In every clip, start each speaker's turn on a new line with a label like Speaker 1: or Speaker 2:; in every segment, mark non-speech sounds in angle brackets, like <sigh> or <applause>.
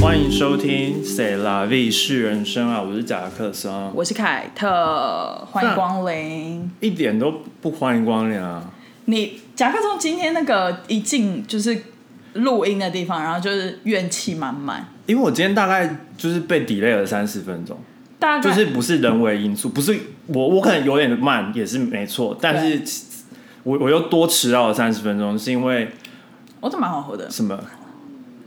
Speaker 1: 欢迎收听《谁啦 V 是人生》啊，我是贾克斯啊，
Speaker 2: 我是凯特，欢迎光临。
Speaker 1: 一点都不欢迎光临啊！
Speaker 2: 你夹克从今天那个一进就是录音的地方，然后就是怨气满满，
Speaker 1: 因为我今天大概就是被 delay 了三十分钟，
Speaker 2: 大概
Speaker 1: 就是不是人为因素，不是我我可能有点慢也是没错，但是我我又多迟到了三十分钟，是因为
Speaker 2: 我都蛮好喝的。
Speaker 1: 什么？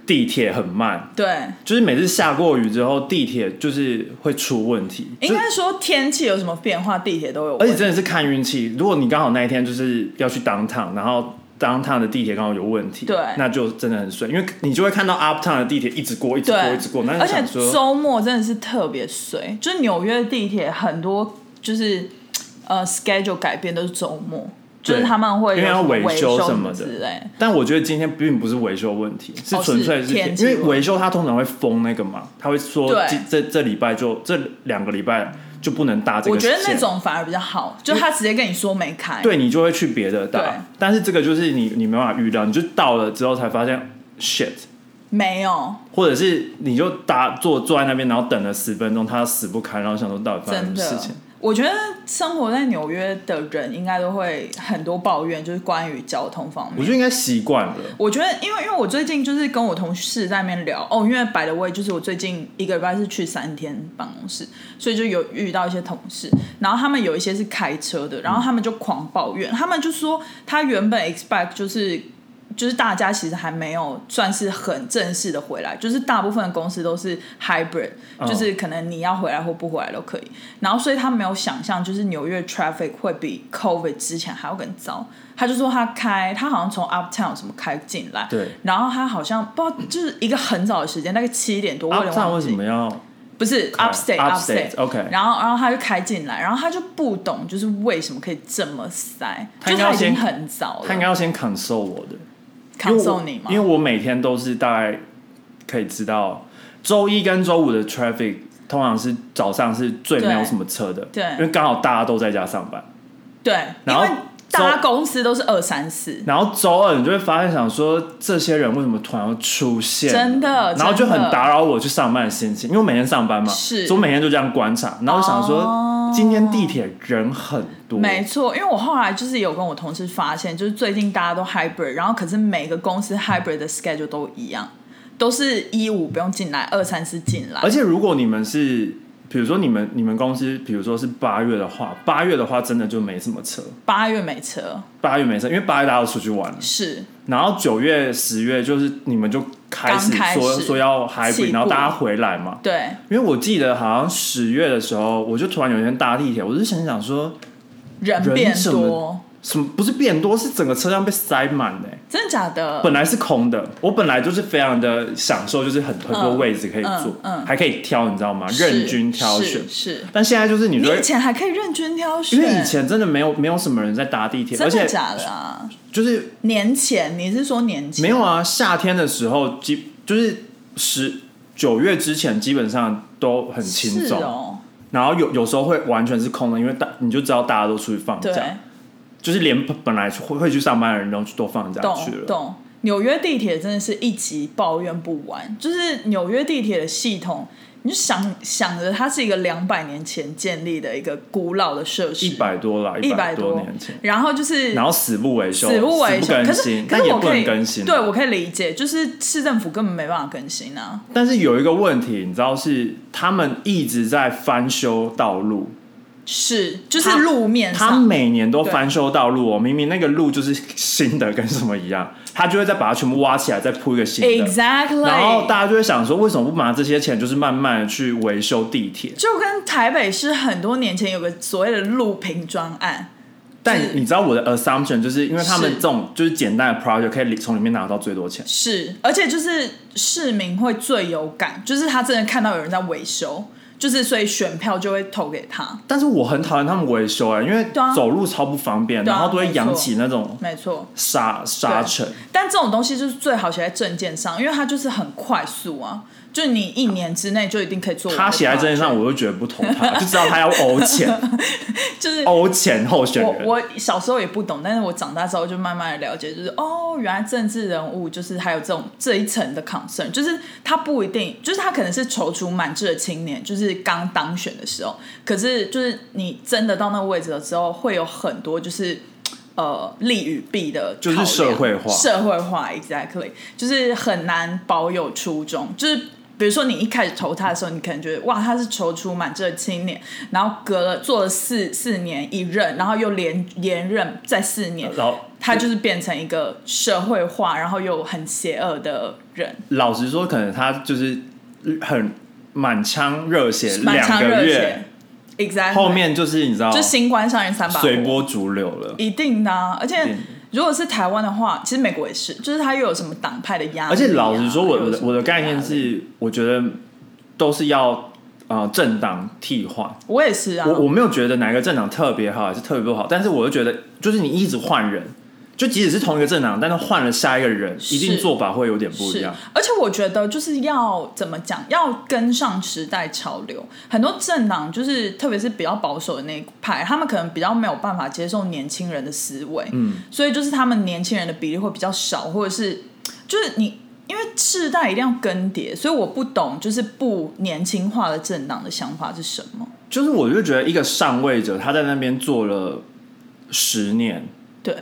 Speaker 1: 地铁很慢，
Speaker 2: 对，
Speaker 1: 就是每次下过雨之后，地铁就是会出问题，
Speaker 2: 应该说天气有什么变化，地铁都有
Speaker 1: 而
Speaker 2: 问
Speaker 1: 且
Speaker 2: 题。
Speaker 1: 真的是看运气。如果你刚好那一天就是要去 downtown，然后 downtown 的地铁刚好有问题，
Speaker 2: 对
Speaker 1: 那就真的很衰，因为你就会看到 uptown 的地铁一直过，一直过，
Speaker 2: 对，
Speaker 1: 一直过。那
Speaker 2: 而
Speaker 1: 你
Speaker 2: 且
Speaker 1: 想说，
Speaker 2: 周末真的是特别水，就是纽约地铁很多就是呃 schedule 改变都是周末，就是他们会有
Speaker 1: 因为要
Speaker 2: 什么维
Speaker 1: 修
Speaker 2: 什
Speaker 1: 么
Speaker 2: 之
Speaker 1: 的
Speaker 2: 类。。
Speaker 1: 但我觉得今天并不是维修问题，是
Speaker 2: 哦
Speaker 1: 纯粹
Speaker 2: 是
Speaker 1: 是天
Speaker 2: 天气
Speaker 1: 因为
Speaker 2: 问题
Speaker 1: 维修它通常会封那个嘛，他会说
Speaker 2: 对
Speaker 1: 这这这礼拜就这两个礼拜就不能搭这个线。
Speaker 2: 我觉得那种反而比较好，就他直接跟你说没开。
Speaker 1: 对你就会去别的
Speaker 2: 对
Speaker 1: 搭，但是这个就是你你没办法预料，你就到了之后才发现 shit，
Speaker 2: 没有，
Speaker 1: 或者是你就打坐坐在那边，然后等了十分钟，他死不开，然后想说到底发生什
Speaker 2: 真
Speaker 1: 么
Speaker 2: 的
Speaker 1: 事情。。
Speaker 2: 我觉得生活在纽约的人应该都会很多抱怨，就是关于交通方
Speaker 1: 我
Speaker 2: 面。
Speaker 1: 就应该习惯了，
Speaker 2: 我觉得，因为因为我最近就是跟我同事在那边聊哦，因为摆的位就是我最近一个礼拜是去三天办公室，所以就有遇到一些同事，然后他们有一些是开车的，然后他们就狂抱怨，他们就说他原本 expect 就是就是大家其实还没有算是很正式的回来，就是大部分的公司都是 hybrid，、
Speaker 1: 嗯
Speaker 2: 就是可能你要回来或不回来都可以。然后所以他没有想象，就是纽约 traffic 会比 COVID 之前还要更糟。他就说他开，他好像从 uptown 什么开进来，
Speaker 1: 对。
Speaker 2: 然后他好像不知道，就是一个很早的时间，大概七点多，我有
Speaker 1: 啊
Speaker 2: 点，
Speaker 1: 这样
Speaker 2: 忘
Speaker 1: 为
Speaker 2: 记
Speaker 1: 什么要啊
Speaker 2: 不是 upstate upstate，
Speaker 1: upstate，OK
Speaker 2: 然后然后他就开进来，然后他就不懂，就是为什么可以这么塞，
Speaker 1: 他
Speaker 2: 就
Speaker 1: 应该
Speaker 2: 是
Speaker 1: 要
Speaker 2: 他已
Speaker 1: 先
Speaker 2: 经很早
Speaker 1: 他应该
Speaker 2: 了
Speaker 1: 要先 console 我的因为我
Speaker 2: ，console 你吗？
Speaker 1: 因为我每天都是大概可以知道，周一跟周五的 traffic 通常是早上是最没有
Speaker 2: 对
Speaker 1: 什么车的，
Speaker 2: 对
Speaker 1: 因为刚好大家都在家上班。
Speaker 2: 对，因
Speaker 1: 然后
Speaker 2: 为大家公司都是二三四，
Speaker 1: 然后周二你就会发现，想说这些人为什么突然要出现，
Speaker 2: 真的
Speaker 1: 然后就
Speaker 2: 真的
Speaker 1: 很打扰我去上班的心情，因为我每天上班嘛，
Speaker 2: 是
Speaker 1: 所以我每天就这样观察，然后想说、
Speaker 2: 哦
Speaker 1: 今天地铁人很多，
Speaker 2: 没错，因为我后来就是有跟我同事发现，就是最近大家都 hybrid，然后可是每个公司 hybrid 的 schedule 都一样，都是一五不用进来，二三四进来
Speaker 1: 而。且如果你们是，比如说你们你们公司，比如说是八月的话，八月的话真的就没什么车，
Speaker 2: 八月没车，
Speaker 1: 八月没车，因为八月大家都出去玩了，
Speaker 2: 是
Speaker 1: 然后九月、十月就是你们就开始
Speaker 2: 刚开始
Speaker 1: 说说要
Speaker 2: 起
Speaker 1: hybrid，
Speaker 2: 步
Speaker 1: 然后大家回来嘛，
Speaker 2: 对，
Speaker 1: 因为我记得好像十月的时候，我就突然有一天搭地铁，我就想想说，
Speaker 2: 人
Speaker 1: 人
Speaker 2: 变
Speaker 1: 怎么
Speaker 2: 多，
Speaker 1: 什么不是变多，是整个车厢被塞满的欸、
Speaker 2: 真的假的？
Speaker 1: 本来是空的，我本来就是非常的享受，就是很很多位置可以坐，
Speaker 2: 嗯嗯
Speaker 1: 还可以挑，你知道吗？
Speaker 2: 是
Speaker 1: 任君挑选
Speaker 2: 是。是
Speaker 1: 但现在就是你
Speaker 2: 你
Speaker 1: 觉得
Speaker 2: 以，前还可以任君挑选，
Speaker 1: 因为以前真的没有没有什么人在搭地铁，
Speaker 2: 真
Speaker 1: 而且
Speaker 2: 的假的啊？
Speaker 1: 就是
Speaker 2: 年前你是说年前
Speaker 1: 没有啊，夏天的时候基就是十九月之前基本上都很轻
Speaker 2: 是
Speaker 1: 松，
Speaker 2: 哦，
Speaker 1: 然后有有时候会完全是空的，因为大你就知道大家都出去放
Speaker 2: 对，
Speaker 1: 假，就是连本来会会去上班的人都都放假去
Speaker 2: 懂
Speaker 1: 了。
Speaker 2: 懂。纽约地铁真的是一集抱怨不完，就是纽约地铁的系统，你就想想着它是一个两百年前建立的一个古老的设施，
Speaker 1: 一百多啦，
Speaker 2: 一
Speaker 1: 百
Speaker 2: 百
Speaker 1: 多年前，
Speaker 2: 然后就是
Speaker 1: 然后死不维修，
Speaker 2: 死不维修，
Speaker 1: 更
Speaker 2: 可
Speaker 1: 新
Speaker 2: 是，可
Speaker 1: 但
Speaker 2: 是
Speaker 1: 也
Speaker 2: 我
Speaker 1: 不
Speaker 2: 可
Speaker 1: 能
Speaker 2: 以
Speaker 1: 更新。啊
Speaker 2: 对我可以理解，就是市政府根本没办法更新啊，
Speaker 1: 但是有一个问题，你知道是他们一直在翻修道路，
Speaker 2: 是就是
Speaker 1: 它
Speaker 2: 路面
Speaker 1: 他
Speaker 2: 上
Speaker 1: 每年都翻修道路哦，明明那个路就是新的，跟什么一样，他就会再把它全部挖起来，再铺一个新的。
Speaker 2: ，exactly，
Speaker 1: 然后大家就会想说，为什么不拿这些钱，就是慢慢的去维修地铁？
Speaker 2: 就跟台北市很多年前有个所谓的路平专案，
Speaker 1: 但
Speaker 2: 是
Speaker 1: 你知道我的 assumption 就是因为他们
Speaker 2: 是
Speaker 1: 这种就是简单的 project 可以从里面拿到最多钱，
Speaker 2: 是，而且就是市民会最有感，就是他真的看到有人在维修，就是所以选票就会投给他。
Speaker 1: 但是我很讨厌他们维修啊、因为
Speaker 2: 对啊
Speaker 1: 走路超不方便，
Speaker 2: 对啊
Speaker 1: 然后都会
Speaker 2: 没错
Speaker 1: 扬起那种
Speaker 2: 没错，
Speaker 1: 沙沙尘。
Speaker 2: 但这种东西就是最好写在证件上，因为它就是很快速啊，就你一年之内就一定可以做完的
Speaker 1: 他
Speaker 2: project。
Speaker 1: 写在这件事上，我就觉得不投他，就知道他要欧钱，
Speaker 2: <laughs> 就是
Speaker 1: 欧钱候选
Speaker 2: 我
Speaker 1: 人。
Speaker 2: 我小时候也不懂，但是我长大之后就慢慢的了解，就是哦，原来政治人物就是还有这种这一层的 concern，就是他不一定，就是他可能是踌躇满志的青年，就是刚当选的时候，可是就是你真的到那个位置了之后，会有很多就是。呃，利与弊的
Speaker 1: 就是
Speaker 2: 考量
Speaker 1: 社会化
Speaker 2: 社会化，exactly，就是很难保有初衷。就是比如说你一开始投他的时候，你可能觉得哇，他是踌躇满志的青年，然后隔了做了四四年一任，然后又连连任再四年，
Speaker 1: 呃然后
Speaker 2: 他就是变成一个社会化，然后又很邪恶的人。
Speaker 1: 老实说，可能他就是很满腔热血，
Speaker 2: 满
Speaker 1: 两
Speaker 2: 腔
Speaker 1: 个
Speaker 2: 热
Speaker 1: 月
Speaker 2: 血，exactly，
Speaker 1: 后面就是你知道
Speaker 2: 就，新官上任三把火，
Speaker 1: 随波逐流了。
Speaker 2: 一定的、啊。而
Speaker 1: 一
Speaker 2: 且
Speaker 1: 定
Speaker 2: 如果是台湾的话，其实美国也是，就是他又有什么党派的压力啊、
Speaker 1: 而且老实说，我我的我的概
Speaker 2: 又
Speaker 1: 念
Speaker 2: 有什么压力，
Speaker 1: 是，我觉得都是要呃政党替换。
Speaker 2: 我也是啊，
Speaker 1: 我我没有觉得哪个政党特别好还是特别不好，但是我就觉得，就是你一直换人，就即使是同一个政党，但是换了下一个人，一定做法会有点不一
Speaker 2: 是
Speaker 1: 样。，
Speaker 2: 而且我觉得就是要怎么讲，要跟上时代潮流。很多政党就是，特别是比较保守的那一派，他们可能比较没有办法接受年轻人的思维，
Speaker 1: 嗯，
Speaker 2: 所以就是他们年轻人的比例会比较少，或者是就是你。因为世代一定要更迭，所以我不懂，就是不年轻化的政党的想法是什么？
Speaker 1: 就是我就觉得一个上位者他在那边做了十年，
Speaker 2: 对，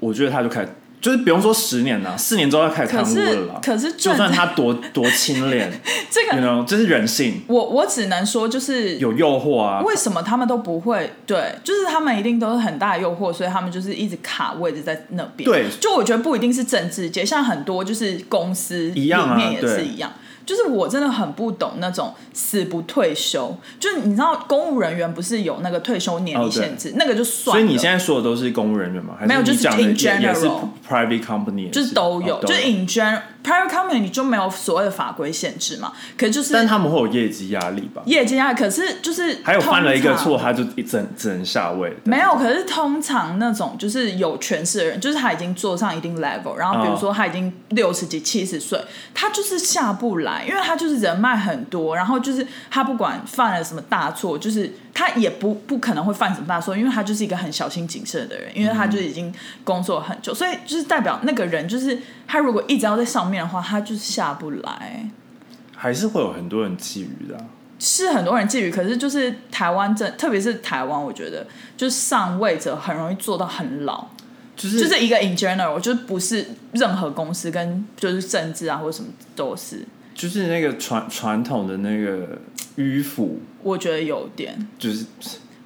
Speaker 1: 我觉得他就开始，就是不用说十年啦，四年之后他开始贪
Speaker 2: 可
Speaker 1: 污
Speaker 2: 是
Speaker 1: 了啦。
Speaker 2: 可是
Speaker 1: 就
Speaker 2: 政
Speaker 1: 算他多多清廉
Speaker 2: <laughs> 这
Speaker 1: ，you
Speaker 2: 个，
Speaker 1: know，这是人性，
Speaker 2: 我我只能说就是
Speaker 1: 有诱惑啊。
Speaker 2: 为什么他们都不会？对，就是他们一定都是很大的诱惑，所以他们就是一直卡位置在那边。
Speaker 1: 对
Speaker 2: 就我觉得不一定是政治界，像很多就是公司
Speaker 1: 一样啊
Speaker 2: 里面也是
Speaker 1: 对
Speaker 2: 一样。就是我真的很不懂那种死不退休，就是你知道公务人员不是有那个退休年
Speaker 1: 哦
Speaker 2: 龄
Speaker 1: 对
Speaker 2: 限制，那个就
Speaker 1: 所
Speaker 2: 算了。
Speaker 1: 以你现在说的都是公务人员吗？还
Speaker 2: 没有
Speaker 1: 你
Speaker 2: 就是
Speaker 1: 讲的也
Speaker 2: in
Speaker 1: 也是
Speaker 2: general
Speaker 1: private company，也
Speaker 2: 就是都有，
Speaker 1: 哦
Speaker 2: 就是 in general private company 你就没有所谓的法规限制嘛，可是就是
Speaker 1: 但他们会有业绩压力吧？
Speaker 2: 业界啊，可是就是
Speaker 1: 还有犯了一个
Speaker 2: 通常
Speaker 1: 错，他就一整只能下位。
Speaker 2: 没有，可是通常那种就是有权势的人，就是他已经做上一定 level，然后比如说他已经六十几、七十岁，他就是下不来，因为他就是人脉很多，然后就是他不管犯了什么大错，就是他也不不可能会犯什么大错，因为他就是一个很小心谨慎的人，因为他就已经工作很久，所以就是代表那个人就是他如果一直要在上面的话，他就是下不来。
Speaker 1: 还是会有很多人觊觎的啊、
Speaker 2: 是很多人觊觎，可是就是台湾政，特别是台湾，我觉得就是上位者很容易做到很老。
Speaker 1: 就是
Speaker 2: 就是一个 in general，就是不是任何公司跟就是政治啊或者什么都是，
Speaker 1: 就是那个传传统的那个迂腐，
Speaker 2: 我觉得有点，
Speaker 1: 就是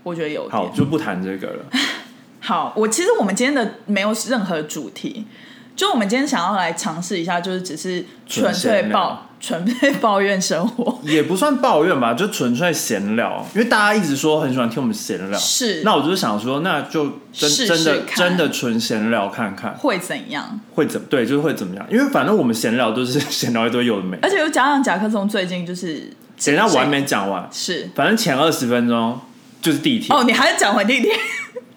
Speaker 2: 我觉得有点。
Speaker 1: 好就不谈这个了。
Speaker 2: 好我其实我们今天的没有任何主题，就我们今天想要来尝试一下，就是只是纯粹抱纯粹抱怨生活。
Speaker 1: 也不算抱怨吧，就纯粹闲聊，因为大家一直说很喜欢听我们闲聊，
Speaker 2: 是
Speaker 1: 那我就是想说，那就真
Speaker 2: 试试
Speaker 1: 真的
Speaker 2: 看
Speaker 1: 真的纯闲聊看看
Speaker 2: 会怎样？
Speaker 1: 会怎对，就是会怎么样，因为反正我们闲聊都是闲聊一堆有的没，
Speaker 2: 而且又加上甲壳虫最近就是
Speaker 1: 闲聊完没讲完，
Speaker 2: 是
Speaker 1: 反正前二十分钟就是地铁，
Speaker 2: 哦，你还是讲回地铁，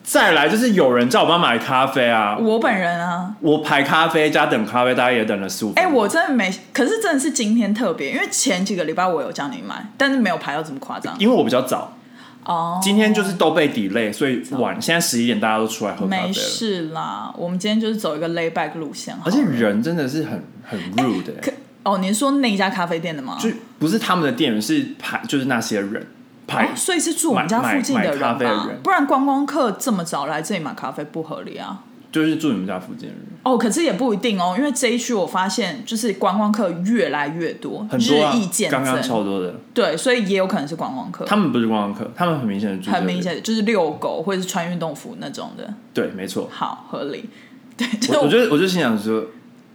Speaker 1: 再来就是有人叫我帮买咖啡啊，
Speaker 2: 我本人啊，
Speaker 1: 我排咖啡加等咖啡，大概也等了十五。
Speaker 2: 哎、我真的没，可是真的是今天特别，因为前几个礼拜我有叫你买，但是没有排到这么夸张
Speaker 1: 因为我比较早，
Speaker 2: 哦。
Speaker 1: 今天就是都被 delay，所以晚现在十一点大家都出来喝咖啡
Speaker 2: 没
Speaker 1: 了。
Speaker 2: 事啦，我们今天就是走一个 lay back 路线好
Speaker 1: 而
Speaker 2: 了，
Speaker 1: 且人真的是很很 rude，、欸
Speaker 2: 可哦，您说那一家咖啡店的吗？哦
Speaker 1: 就不是他们的店员，是排就是那些人排、
Speaker 2: 哦，所以是住我们家附近的人
Speaker 1: 买买买咖
Speaker 2: 吧？
Speaker 1: 啡的人
Speaker 2: 不然观光客这么早来这里买咖啡不合理啊。
Speaker 1: 就是住你们家附近的人，
Speaker 2: 哦，可是也不一定哦，因为这一区我发现就是观光客越来越多，
Speaker 1: 很多啊
Speaker 2: 日益渐
Speaker 1: 刚刚
Speaker 2: 增，
Speaker 1: 超多的。
Speaker 2: 对，所以也有可能是观光客。
Speaker 1: 他们不是观光客，他们很明显的住
Speaker 2: 很
Speaker 1: 这里
Speaker 2: 明。显就是遛狗或者是穿运动服那种的，
Speaker 1: 对，没错。
Speaker 2: 好合理。对，就是
Speaker 1: 我我
Speaker 2: <laughs> 我
Speaker 1: 就我就心想说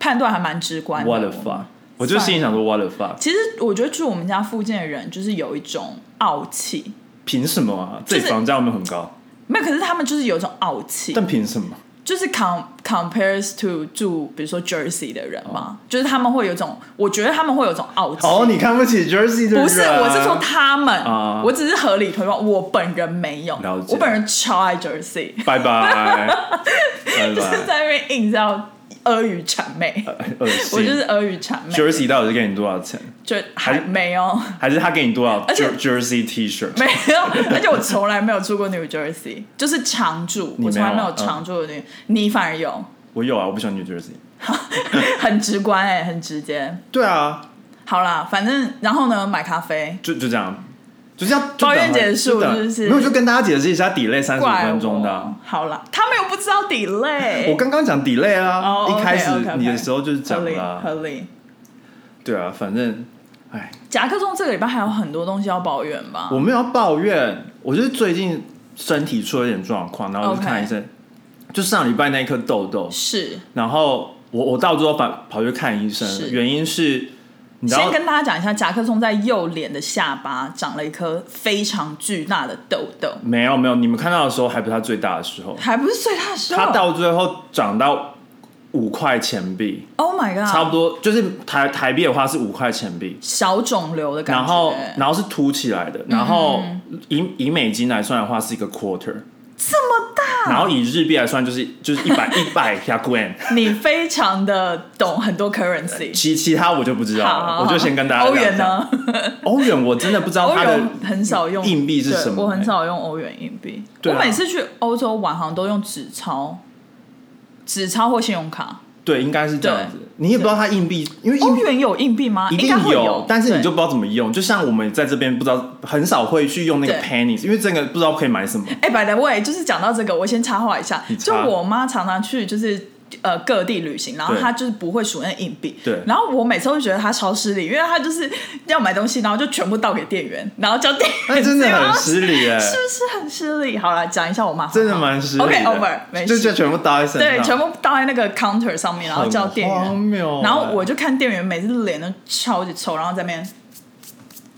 Speaker 2: 判断还蛮直观的。
Speaker 1: what the fuck，我就心里想说 what the fuck，
Speaker 2: 其实我觉得住我们家附近的人就是有一种傲气，
Speaker 1: 凭什么啊？这
Speaker 2: 是
Speaker 1: 里房价有没有很高？
Speaker 2: 没有，可是他们就是有一种傲气，
Speaker 1: 但凭什
Speaker 2: <laughs>
Speaker 1: 么？
Speaker 2: 就是 com compares to 住比如说 Jersey 的人嘛，就是他们会有一种，我觉得他们会有一种傲气。
Speaker 1: 哦哦，你看不起 Jersey 的人？
Speaker 2: 不是，我是说他们，
Speaker 1: 啊
Speaker 2: 我只是合理推断，我本人没有
Speaker 1: 了解， <laughs>
Speaker 2: 我本人超爱 Jersey， <laughs>
Speaker 1: 拜拜，拜
Speaker 2: 就是 <laughs>
Speaker 1: 拜。
Speaker 2: 在那边硬是要阿谀谄媚，
Speaker 1: 恶
Speaker 2: 我就
Speaker 1: 心。
Speaker 2: 是阿谀谄
Speaker 1: 呃
Speaker 2: 媚，
Speaker 1: Jersey 到底是给你多少钱？
Speaker 2: 就还没有
Speaker 1: 还是他给你多
Speaker 2: <laughs>
Speaker 1: 少
Speaker 2: 且
Speaker 1: Jer- Jersey T 恤？
Speaker 2: <laughs> 没有，而且我从来没有住过 New Jersey，就是常住，
Speaker 1: 你
Speaker 2: 我从来
Speaker 1: 没
Speaker 2: 没
Speaker 1: 有啊
Speaker 2: 有常住的那，你反而有， <laughs>
Speaker 1: 我有啊，我不喜欢 New Jersey。
Speaker 2: 很直观哎、很直接。
Speaker 1: 对啊，
Speaker 2: 好啦，反正然后呢，买咖啡，
Speaker 1: 就就这样，就是要就
Speaker 2: 抱怨
Speaker 1: 等啊
Speaker 2: 结束
Speaker 1: 就等
Speaker 2: 是不是
Speaker 1: 没有，就跟大家解释一下 delay 三十五
Speaker 2: 怪
Speaker 1: 分钟的啊。
Speaker 2: 我。好啦，他们又不知道
Speaker 1: <laughs>
Speaker 2: delay，
Speaker 1: 我刚刚讲 delay 啊，
Speaker 2: 哦
Speaker 1: 一开始
Speaker 2: OK，OK，OK
Speaker 1: 你的啊时候就是
Speaker 2: 合
Speaker 1: 讲
Speaker 2: 理
Speaker 1: 啦。
Speaker 2: 合理。
Speaker 1: 对啊，反正，哎，
Speaker 2: 夹克中这个礼拜还有很多东西要抱怨吧？
Speaker 1: 我没有要抱怨，我就是最近身体出了一点状况，然后我就
Speaker 2: OK
Speaker 1: 看医生就上礼拜那一颗痘痘，
Speaker 2: 是，
Speaker 1: 然后我我到最后跑跑去看医生，
Speaker 2: 是
Speaker 1: 原因是你知道
Speaker 2: 先跟大家讲一下，夹克中在右脸的下巴长了一颗非常巨大的痘痘，
Speaker 1: 没有没有，你们看到的时候还不是它最大的时候，
Speaker 2: 还不是最大的时候。
Speaker 1: 它到最后涨到五块钱币，
Speaker 2: Oh my
Speaker 1: 差不
Speaker 2: god，
Speaker 1: 多就是台台币的话是五块钱币，
Speaker 2: 小肿瘤的感觉。嗯
Speaker 1: 然后然后是凸起来的，然后以以美金来算的话是一个 quarter，
Speaker 2: 这么大，
Speaker 1: 然后以日币来算就是就是一
Speaker 2: <laughs>
Speaker 1: 百一百 yen，
Speaker 2: 你非常的懂很多
Speaker 1: <laughs>
Speaker 2: currency。
Speaker 1: 其其他我就不知道
Speaker 2: 好，
Speaker 1: 了，哦我就先跟大家
Speaker 2: 欧
Speaker 1: 讲一
Speaker 2: 元
Speaker 1: 下，
Speaker 2: 呢？
Speaker 1: 欧元我真的不知道
Speaker 2: 欧
Speaker 1: 它的
Speaker 2: 元很少用
Speaker 1: 硬币是什么
Speaker 2: 对我很
Speaker 1: 欸
Speaker 2: 少用欧元硬币。
Speaker 1: 对啊
Speaker 2: 我每次去欧洲玩，好像都用纸钞、纸钞或信用卡。
Speaker 1: 对，应该是这样子，你也不知道它硬币，因为
Speaker 2: 欧
Speaker 1: 硬币
Speaker 2: 元有硬币吗？
Speaker 1: 一
Speaker 2: 哦应
Speaker 1: 定
Speaker 2: 该会
Speaker 1: 但是你就
Speaker 2: 对
Speaker 1: 不知道怎么用，就像我们在这边不知道很少会去用那个
Speaker 2: 对
Speaker 1: pennies，因为这个不知道可以买
Speaker 2: <laughs>
Speaker 1: 什么，
Speaker 2: 哎、b y the way，就是讲到这个，我先插话一下
Speaker 1: 你，
Speaker 2: 就
Speaker 1: 插
Speaker 2: 我妈常常去就是。呃，各地旅行，然后
Speaker 1: 对
Speaker 2: 她就是不会数那硬币，
Speaker 1: 对
Speaker 2: 然后我每次会觉得她超失礼，因为她就是要买东西，然后就全部倒给店员，然后叫店
Speaker 1: 那
Speaker 2: 员自
Speaker 1: 真
Speaker 2: 己
Speaker 1: 的
Speaker 2: 帮她，
Speaker 1: 很失礼哎，
Speaker 2: 是不是很失礼？好了，讲一下我妈，
Speaker 1: 真的蛮失礼的
Speaker 2: OK，over，没
Speaker 1: 就
Speaker 2: 事
Speaker 1: 就全部搭在身上，
Speaker 2: 对，全部倒在那个 counter 上面，然后叫店
Speaker 1: 很荒
Speaker 2: 员，
Speaker 1: 谬哎
Speaker 2: 然后我就看店员每次脸都超级臭，然后在那边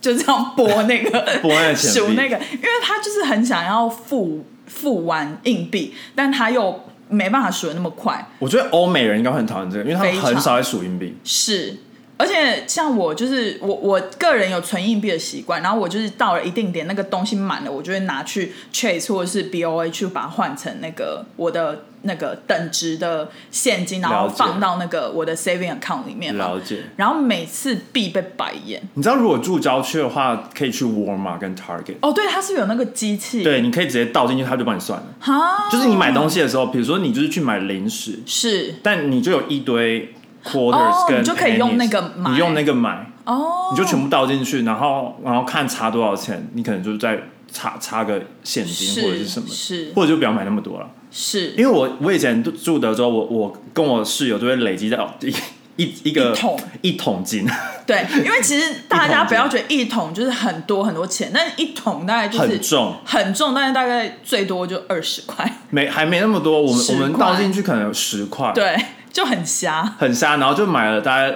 Speaker 2: 就这样拨那个
Speaker 1: <laughs> 拨那个钱币
Speaker 2: 数那个，因为他就是很想要付付完硬币，但他又没办法数的那么快，
Speaker 1: 我觉得欧美人应该会很讨厌这个，因为他们
Speaker 2: 非常
Speaker 1: 很少在数硬币。
Speaker 2: 是。而且像我就是我我个人有存硬币的习惯，然后我就是到了一定点，那个东西满了，我就会拿去 Chase 或者是 BOA 去把它换成那个我的那个等值的现金，然后
Speaker 1: 了解
Speaker 2: 放到那个我的 saving account 里面嘛。
Speaker 1: 了解。
Speaker 2: 然后每次必被白眼。
Speaker 1: 你知道，如果住郊区的话，可以去 Walmart 跟 Target，
Speaker 2: 哦，对，它是有那个机器，
Speaker 1: 对，你可以直接倒进去，他就帮你算了。
Speaker 2: 哈，
Speaker 1: 就是你买东西的时候，比如说你就是去买零食，
Speaker 2: 是
Speaker 1: 但你就有一堆 quarters
Speaker 2: 哦
Speaker 1: 跟 pennies，
Speaker 2: 你就可以用那个买
Speaker 1: 你用那个买，
Speaker 2: 哦，
Speaker 1: 你就全部倒进去，然后然后看差多少钱，你可能就再差差个现金或者是什么，
Speaker 2: 是
Speaker 1: 或者就不要买那么多了。
Speaker 2: 是
Speaker 1: 因为我我以前住德州，我我跟我室友就会累积到 <laughs> 一一一个
Speaker 2: 一桶
Speaker 1: 一桶金，
Speaker 2: 对，因为其实大
Speaker 1: 一
Speaker 2: 家
Speaker 1: 桶
Speaker 2: 不要觉得一桶就是很多很多钱，但一桶大概就是
Speaker 1: 很重，
Speaker 2: 很重，但是大概最多就二十块， <laughs>
Speaker 1: 没还没那么多，我们
Speaker 2: 十
Speaker 1: 我
Speaker 2: 块
Speaker 1: 们倒进去可能有十块，，
Speaker 2: 对，就很瞎。
Speaker 1: 很瞎，然后就买了大概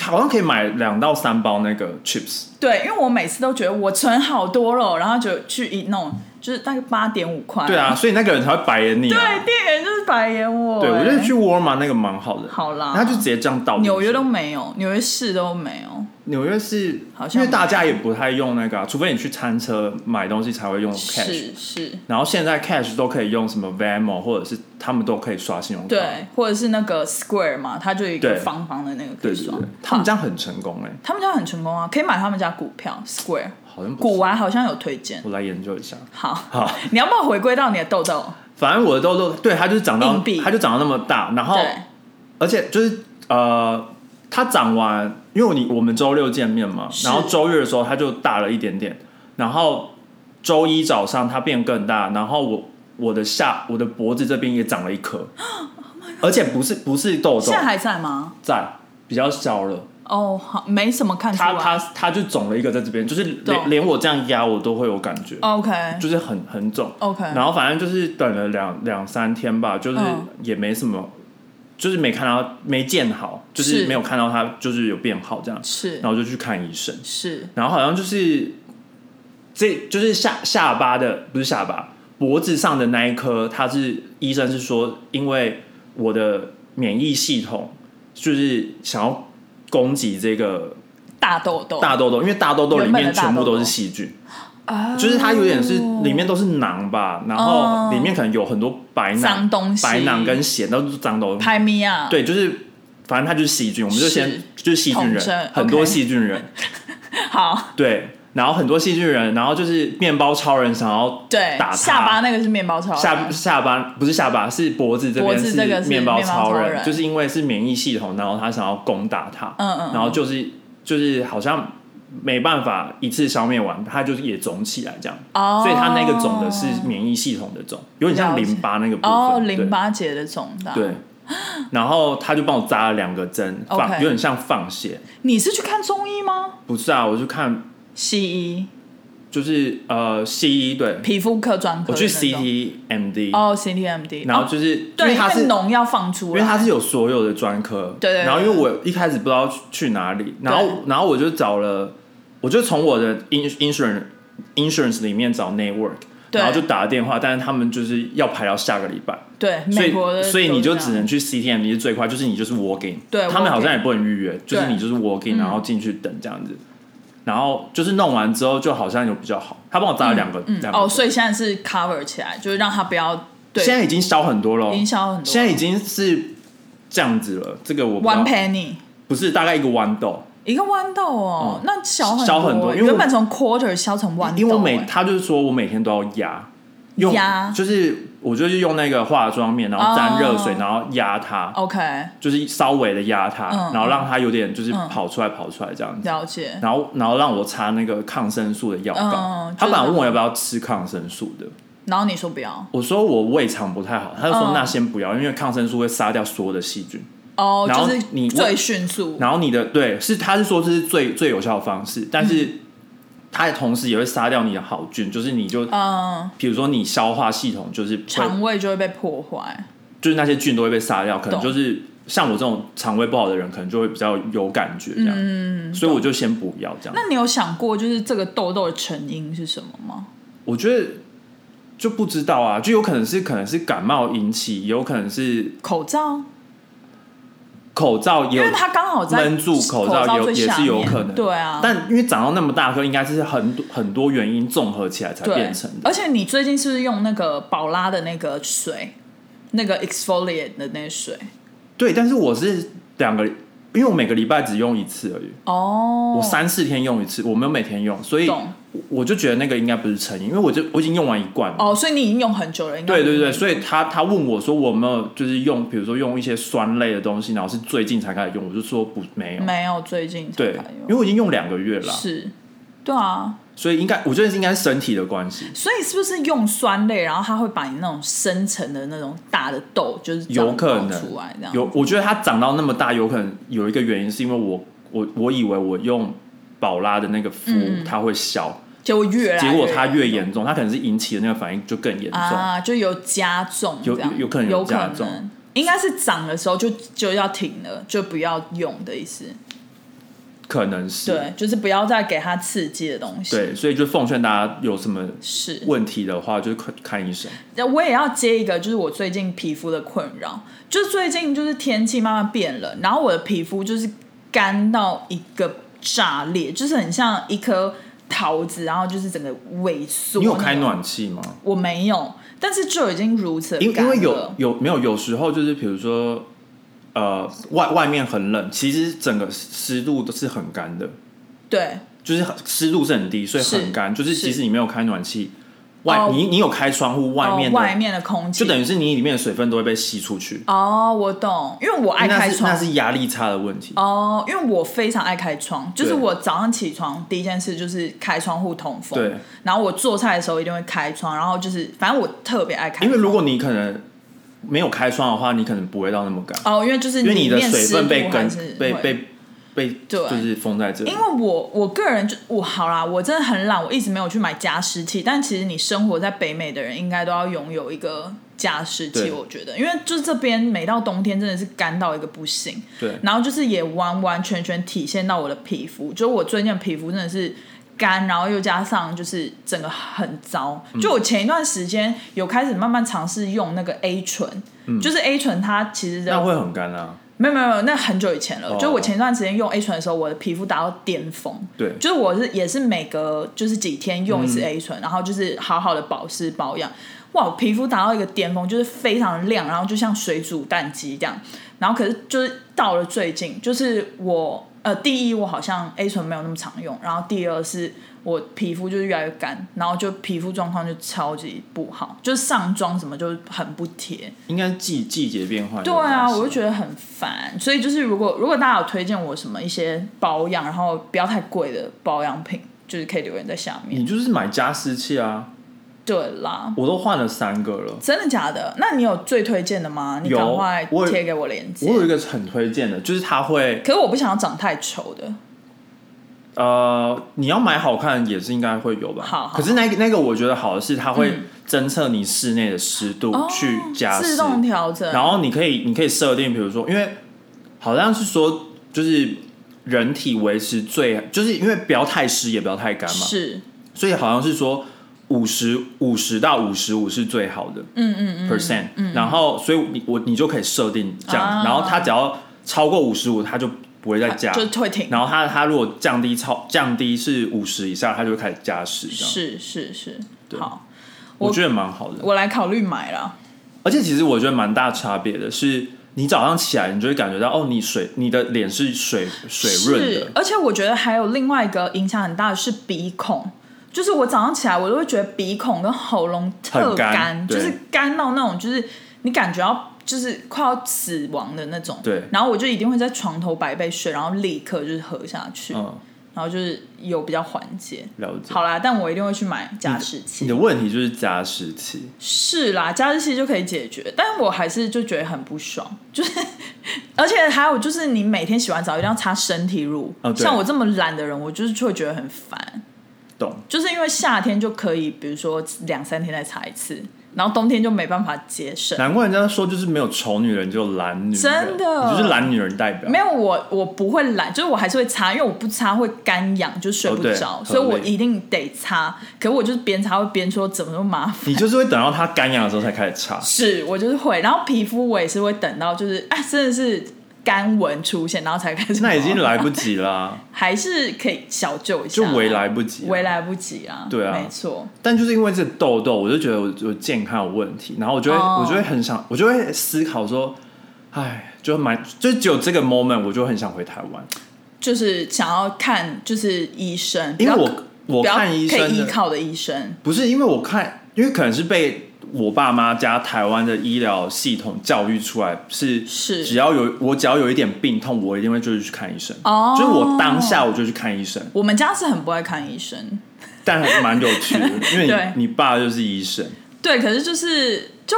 Speaker 1: 好像可以买两到三包那个 chips，
Speaker 2: 对，因为我每次都觉得我存好多了，然后就去一弄，就是大概八点五块。
Speaker 1: 对，啊，所以那个人才会白眼你、啊
Speaker 2: 对，，店员就是白眼我、
Speaker 1: 对，我
Speaker 2: 欸
Speaker 1: 觉得去沃尔玛那个蛮好的，
Speaker 2: 好啦
Speaker 1: 他就直接这样倒进去。
Speaker 2: 纽约都没有，纽约市都没有。
Speaker 1: 纽约是
Speaker 2: 好
Speaker 1: 因
Speaker 2: 像
Speaker 1: 为大家也不太用那个、啊，除非你去餐车买东西才会用 cash，
Speaker 2: 是是，
Speaker 1: 然后现在 cash 都可以用什么 Venmo 或者是他们都可以刷信用卡，
Speaker 2: 对，或者是那个 Square 嘛，它就有一个
Speaker 1: 对
Speaker 2: 方方的那个可
Speaker 1: 对
Speaker 2: 以
Speaker 1: 对
Speaker 2: 刷
Speaker 1: 对，。他们
Speaker 2: 家
Speaker 1: 家很成功哎、
Speaker 2: 他们家很成功啊，可以买他们家股票 Square，
Speaker 1: 好像不
Speaker 2: 古
Speaker 1: 是，
Speaker 2: 玩好像有推荐。
Speaker 1: 我来研究一下。
Speaker 2: 好，
Speaker 1: 好，
Speaker 2: 你要不要回归到你的痘痘？
Speaker 1: 反正我的痘痘，对，它就是长到
Speaker 2: 硬币，
Speaker 1: 它就长到那么大，然后
Speaker 2: 对，
Speaker 1: 而且就是呃，它长完，因为你我们周六见面嘛，
Speaker 2: 是
Speaker 1: 然后周日的时候它就大了一点点，然后周一早上它变更大，然后我我的下我的脖子这边也长了一颗，而且不是不是痘痘
Speaker 2: 现在还在吗？
Speaker 1: 在比较小了，
Speaker 2: 哦，好，没什么看出
Speaker 1: 它
Speaker 2: 来。
Speaker 1: 它它就肿了一个在这边，就是连
Speaker 2: 懂
Speaker 1: 连我这样压我都会有感觉，
Speaker 2: 哦 OK
Speaker 1: 就是很很肿。
Speaker 2: OK，
Speaker 1: 然后反正就是等了两两三天吧，就是
Speaker 2: 嗯
Speaker 1: 也没什么，就是没看到没见好，就是
Speaker 2: 是
Speaker 1: 没有看到它就是有变好这样，
Speaker 2: 是
Speaker 1: 然后就去看医生，
Speaker 2: 是
Speaker 1: 然后好像就是这就是下下巴的不是下巴脖子上的那一颗，它是医生是说因为我的免疫系统就是想要攻击这个
Speaker 2: 大痘痘，
Speaker 1: 大痘痘，因为大痘痘里
Speaker 2: 原本
Speaker 1: 面
Speaker 2: 的大
Speaker 1: 全部
Speaker 2: 痘痘
Speaker 1: 都是细菌，
Speaker 2: 啊
Speaker 1: 就是它有点是里面都是囊吧，然后里面可能有很多白
Speaker 2: 哦脏
Speaker 1: 囊、
Speaker 2: 东西
Speaker 1: 白囊跟血都是脏东西。
Speaker 2: 排米啊，，
Speaker 1: 对，就是反正它就是细菌，我们就是先就是细菌
Speaker 2: 统称
Speaker 1: 人，很多
Speaker 2: OK
Speaker 1: 细菌人，
Speaker 2: 好，
Speaker 1: 对，然后很多细菌人，然后就是面包超人想要
Speaker 2: 对
Speaker 1: 打，他
Speaker 2: 下巴那个是面包超人，
Speaker 1: 下下巴不是下巴是脖子这
Speaker 2: 脖
Speaker 1: 边
Speaker 2: 子这个是
Speaker 1: 面包
Speaker 2: 面包超
Speaker 1: 人，
Speaker 2: 人
Speaker 1: 就是因为是免疫系统，然后他想要攻打他，
Speaker 2: 嗯嗯嗯
Speaker 1: 然后就是就是好像没办法一次消灭完，他就是也肿起来这样，
Speaker 2: 哦，
Speaker 1: 所以他那个肿的是免疫系统的肿，有点像
Speaker 2: 了解
Speaker 1: 淋巴那个部分，
Speaker 2: 哦
Speaker 1: 对
Speaker 2: 淋巴结的肿大，
Speaker 1: 对，然后他就帮我扎了两个针，放
Speaker 2: OK
Speaker 1: 有点像放血，
Speaker 2: 你是去看中医吗？
Speaker 1: 不是啊，我就看
Speaker 2: 西医
Speaker 1: 就是呃西医对，
Speaker 2: 皮肤科专
Speaker 1: 我
Speaker 2: 科的
Speaker 1: 去
Speaker 2: 那种，
Speaker 1: CTMD，、
Speaker 2: 哦 CTMD，
Speaker 1: 然后
Speaker 2: 哦
Speaker 1: 就是、因
Speaker 2: 对，
Speaker 1: 为他
Speaker 2: 因为
Speaker 1: 是
Speaker 2: 脓要放出
Speaker 1: 因
Speaker 2: 来，
Speaker 1: 为它是有所有的专科，
Speaker 2: 对对对
Speaker 1: 然后因为我一开始不知道去去哪里，然后然后我就找了，我就从我的 in insurance insurance 里面找 network，
Speaker 2: 对
Speaker 1: 然后就打了电话，但是他们就是要排到下个礼拜，
Speaker 2: 对
Speaker 1: 所
Speaker 2: 美国的
Speaker 1: 以所以你就只
Speaker 2: 都这样
Speaker 1: 能去 CTM，你是最快，就是你就是 walk in，
Speaker 2: 对
Speaker 1: 他们
Speaker 2: walk in
Speaker 1: 好像也不能预约，就是
Speaker 2: 对嗯
Speaker 1: 你就是 walk in，然后进去等这样子。然后就是弄完之后，就好像有比较好。他帮我扎了两个，
Speaker 2: 嗯
Speaker 1: 两个
Speaker 2: 哦，所以现在是 cover 起来，就是让他不要对
Speaker 1: 现在已经少很多了，
Speaker 2: 已经消很多
Speaker 1: 现在已经是这样子了。这个我不知道
Speaker 2: one penny。
Speaker 1: 不是大概一个豌豆，
Speaker 2: 一个豌豆哦，
Speaker 1: 嗯
Speaker 2: 那小很
Speaker 1: 小很多因为我
Speaker 2: 原本从 quarter 削成豌豆欸，
Speaker 1: 因为我每他就是说我每天都要压，用
Speaker 2: 压
Speaker 1: 就是我就是用那个化妆面，然后沾热水
Speaker 2: 哦，
Speaker 1: 然后压它，
Speaker 2: OK
Speaker 1: 就是稍微的压它
Speaker 2: 嗯，
Speaker 1: 然后让它有点就是
Speaker 2: 嗯
Speaker 1: 跑出来跑出来这样子，
Speaker 2: 了解，
Speaker 1: 然后然后让我擦那个抗生素的药
Speaker 2: 嗯
Speaker 1: 膏
Speaker 2: 嗯嗯。
Speaker 1: 他
Speaker 2: 就是
Speaker 1: 本来问我要不要吃抗生素的，
Speaker 2: 然后你说不要
Speaker 1: 我说我胃肠不太好，他就说
Speaker 2: 嗯
Speaker 1: 那先不要，因为抗生素会杀掉所有的细菌。
Speaker 2: 哦，
Speaker 1: 然后
Speaker 2: 就是
Speaker 1: 你
Speaker 2: 最迅速
Speaker 1: 然后你的对是，他是说这是最最有效的方式，但是
Speaker 2: 嗯
Speaker 1: 它同时也会杀掉你的好菌，就是你就
Speaker 2: 嗯，
Speaker 1: 比如说你消化系统就是会，
Speaker 2: 肠胃就会被破坏，
Speaker 1: 就是那些菌都会被杀掉，可能
Speaker 2: 懂
Speaker 1: 就是像我这种肠胃不好的人，可能就会比较有感觉这样，
Speaker 2: 嗯，
Speaker 1: 所以我就先不要这样。
Speaker 2: 那你有想过就是这个痘痘的成因是什么吗？
Speaker 1: 我觉得就不知道啊，就有可能是可能是感冒引起，也有可能是
Speaker 2: 口罩，
Speaker 1: 口罩也
Speaker 2: 因
Speaker 1: 有
Speaker 2: 为它刚好在
Speaker 1: 闷住口
Speaker 2: 口
Speaker 1: 罩有
Speaker 2: 最下面
Speaker 1: 也是有可能
Speaker 2: 对啊，
Speaker 1: 但因为长到那么大颗，应该是很多很多原因综合起来才
Speaker 2: 对
Speaker 1: 变成的。
Speaker 2: 而且你最近是不是用那个宝拉的那个水，那个 exfoliate 的那个水？
Speaker 1: 对，但是我是两个，因为我每个礼拜只用一次而已，
Speaker 2: 哦，
Speaker 1: 我三四天用一次，我没有每天用，所以
Speaker 2: 懂
Speaker 1: 我就觉得那个应该不是成因，因为我就我已经用完一罐了。
Speaker 2: 哦，所以你已经用很久了，应该
Speaker 1: 对对对，所以他他问我说我有没有就是用，比如说用一些酸类的东西，然后是最近才开始用，我就说不没有，
Speaker 2: 没有最近才
Speaker 1: 对
Speaker 2: 开，
Speaker 1: 因为
Speaker 2: 用
Speaker 1: 我已经用两个月了，
Speaker 2: 是，对啊，
Speaker 1: 所以应该我觉得应该是身体的关系，
Speaker 2: 所以是不是用酸类，然后它会把你那种深层的那种大的痘，就是这样
Speaker 1: 有可
Speaker 2: 冒出
Speaker 1: 能
Speaker 2: 来这样，
Speaker 1: 有，我觉得它长到那么大，有可能有一个原因是因为我我我以为我用宝拉的那个敷
Speaker 2: 嗯啊
Speaker 1: 它会消，
Speaker 2: 结果越来
Speaker 1: 结果它越
Speaker 2: 严
Speaker 1: 严重，它可能是引起的那个反应就更严重。
Speaker 2: 啊，就有加重
Speaker 1: 有
Speaker 2: 这样，
Speaker 1: 有可能有
Speaker 2: 有
Speaker 1: 加重
Speaker 2: 能应该是长的时候就就要停了，就不要用的意思。
Speaker 1: 可能是
Speaker 2: 对，就是不要再给它刺激的东西。
Speaker 1: 对，所以就奉劝大家有什么
Speaker 2: 是。
Speaker 1: 问题的话，就是看看医生。
Speaker 2: 那我也要接一个，就是我最近皮肤的困扰，就是最近就是天气慢慢变冷，然后我的皮肤就是干到一个炸裂，就是很像一颗桃子，然后就是整个萎缩。
Speaker 1: 你有开？暖气吗？
Speaker 2: 我没有，但是就已经如此
Speaker 1: 因为
Speaker 2: 干
Speaker 1: 因
Speaker 2: 了
Speaker 1: 为有有没有有时候就是比如说，呃，外外面很冷，其实整个湿度都是很干的，
Speaker 2: 对
Speaker 1: 就是很湿度是很低，所以很干。就是
Speaker 2: 是
Speaker 1: 即使你没有开暖气，外、
Speaker 2: 哦
Speaker 1: 你你有开窗户，外面
Speaker 2: 哦、
Speaker 1: 的、
Speaker 2: 外面的空气
Speaker 1: 就等于是你里面的水分都会被吸出去。
Speaker 2: 哦，我懂，因为我爱
Speaker 1: 那
Speaker 2: 开
Speaker 1: 是
Speaker 2: 窗
Speaker 1: 那是压力差的问题。
Speaker 2: 哦，因为我非常爱开窗，就是
Speaker 1: 对
Speaker 2: 我早上起床第一件事就是开窗户通风，
Speaker 1: 对，
Speaker 2: 然后我做菜的时候一定会开窗，然后就是反正我特别爱开窗，
Speaker 1: 因为如果你可能没有开窗的话，你可能不会到那么干，
Speaker 2: 哦，因为就是
Speaker 1: 因为你的
Speaker 2: 里面
Speaker 1: 水分被
Speaker 2: 湿度还
Speaker 1: 跟
Speaker 2: 是
Speaker 1: 被
Speaker 2: 会
Speaker 1: 被被
Speaker 2: 对
Speaker 1: 就是封在这里
Speaker 2: 因。为我我个人就我好啦，我真的很懒，我一直没有去买加湿器。但其实你生活在北美的人，应该都要拥有一个加湿器，
Speaker 1: 对
Speaker 2: 我觉得，因为就是这边每到冬天真的是干到一个不行。
Speaker 1: 对，
Speaker 2: 然后就是也完完全全体现到我的皮肤，就是我最近的皮肤真的是干，然后又加上就是整个很糟。就我前一段时间有开始慢慢尝试用那个 A 醇，就是 A 醇它其实的
Speaker 1: 那会很干啊。
Speaker 2: 没有没有，没有，那很久以前了。
Speaker 1: 哦
Speaker 2: 就我前段时间用 A 醇的时候，我的皮肤达到巅峰。
Speaker 1: 对
Speaker 2: 就是我是也是每隔就是几天用一次 A 醇，然后就是好好的保湿保养。哇，我皮肤达到一个巅峰，就是非常亮，然后就像水煮蛋鸡这样。然后可是就是到了最近，就是我呃，第一我好像 A 醇没有那么常用，然后第二是我皮肤就是越来越干，然后就皮肤状况就超级不好，就是上妆什么就很不贴。
Speaker 1: 应该季季节变换有
Speaker 2: 对
Speaker 1: 关系。
Speaker 2: 啊，我就觉得很烦。所以就是如果如果大家有推荐我什么一些保养，然后不要太贵的保养品，就是可以留言在下面。
Speaker 1: 你就是买加湿器啊，
Speaker 2: 对啦，
Speaker 1: 我都换了三个了。
Speaker 2: 嗯真的假的？那你有最推荐的吗？你
Speaker 1: 有
Speaker 2: 赶快
Speaker 1: 我有
Speaker 2: 贴给我链接
Speaker 1: 我。有一个很推荐的，就是它会
Speaker 2: 可是我不想要长太丑的，
Speaker 1: 呃，你要买好看也是应该会有吧。
Speaker 2: 好好
Speaker 1: 可是那个那个我觉得好的是它会
Speaker 2: 嗯
Speaker 1: 侦测你室内的湿度
Speaker 2: 哦
Speaker 1: 去加湿，
Speaker 2: 自动调整。
Speaker 1: 然后你可以你可以设定，比如说，因为好像是说就是人体维持最就是因为不要太湿也不要太干嘛，
Speaker 2: 是，
Speaker 1: 所以好像是说五十五十到五十五是最好的。
Speaker 2: 嗯嗯嗯，
Speaker 1: percent，、然后所以你我你就可以设定这样，
Speaker 2: 啊
Speaker 1: 然后它只要超过五十五，它就不会再加，
Speaker 2: 就是退停。
Speaker 1: 然后它它如果降低超降低是五十以下，它就会开始加十这样，
Speaker 2: 是是是，
Speaker 1: 对
Speaker 2: 好，
Speaker 1: 我
Speaker 2: 我
Speaker 1: 觉得蛮好的，
Speaker 2: 我来考虑买了。
Speaker 1: 而且其实我觉得蛮大差别的是，你早上起来你就会感觉到哦，你水你的脸是水水润
Speaker 2: 是
Speaker 1: 的，，
Speaker 2: 而且我觉得还有另外一个影响很大的是鼻孔，就是我早上起来我都会觉得鼻孔跟喉咙特
Speaker 1: 很干对
Speaker 2: 就是干到那种就是你感觉要就是快要死亡的那种。
Speaker 1: 对
Speaker 2: 然后我就一定会在床头摆一杯水，然后立刻就是喝下去，
Speaker 1: 嗯，
Speaker 2: 然后就是有比较缓解。
Speaker 1: 了解。
Speaker 2: 好啦，但我一定会去买加湿
Speaker 1: 你
Speaker 2: 器。
Speaker 1: 的问题就是加湿器，
Speaker 2: 是啦，加湿器就可以解决，但我还是就觉得很不爽，就是而且还有就是你每天洗完澡一定要擦身体乳，
Speaker 1: 哦对
Speaker 2: 像我这么懒的人，我就是会觉得很烦，
Speaker 1: 懂？
Speaker 2: 就是因为夏天就可以，比如说两三天再擦一次，然后冬天就没办法节省。
Speaker 1: <laughs> 难怪人家说就是没有丑女人，只有懒女人，
Speaker 2: 真
Speaker 1: 你
Speaker 2: 的
Speaker 1: 就是懒女人代表。
Speaker 2: 没有我，我不会懒，就是我还是会擦，因为我不擦会干痒，就睡
Speaker 1: 哦
Speaker 2: 不
Speaker 1: 对
Speaker 2: 着，
Speaker 1: 合
Speaker 2: 所以我
Speaker 1: 理
Speaker 2: 一定得擦。可我就是边擦会边说怎么那么麻烦。
Speaker 1: 你就是会等到它干痒的时候才开始擦。
Speaker 2: 是我就是会，然后皮肤我也是会等到就是哎，真的是干纹出现，然后才开始。
Speaker 1: 那已经来不及啦、
Speaker 2: <laughs> 还是可以小救一下
Speaker 1: 就
Speaker 2: 啦，
Speaker 1: 围来不及、
Speaker 2: 围。来不及啊。
Speaker 1: 对啊
Speaker 2: 没错，
Speaker 1: 但就是因为这痘痘，我就觉得我我健康有问题，然后我就会、
Speaker 2: 哦
Speaker 1: 我就会很想，我就会思考说，哎，就蛮就只有这个 moment，我就很想回台湾，
Speaker 2: 就是想要看就是医生，
Speaker 1: 因为
Speaker 2: 不要
Speaker 1: 我我
Speaker 2: 不要
Speaker 1: 看医
Speaker 2: 可
Speaker 1: 生
Speaker 2: 以依
Speaker 1: 的
Speaker 2: 靠的医生，
Speaker 1: 不是因为我看，因为可能是被我爸妈加台湾的医疗系统教育出来，是
Speaker 2: 是
Speaker 1: 只要有我只要有一点病痛，我一定会就是去看医生。
Speaker 2: 哦
Speaker 1: 就是我当下我就去看医生，
Speaker 2: 我们家是很不爱看医生，
Speaker 1: 但还蛮有趣的，因为
Speaker 2: <laughs> 对
Speaker 1: 你你爸就是医生。
Speaker 2: 对，可是就是就。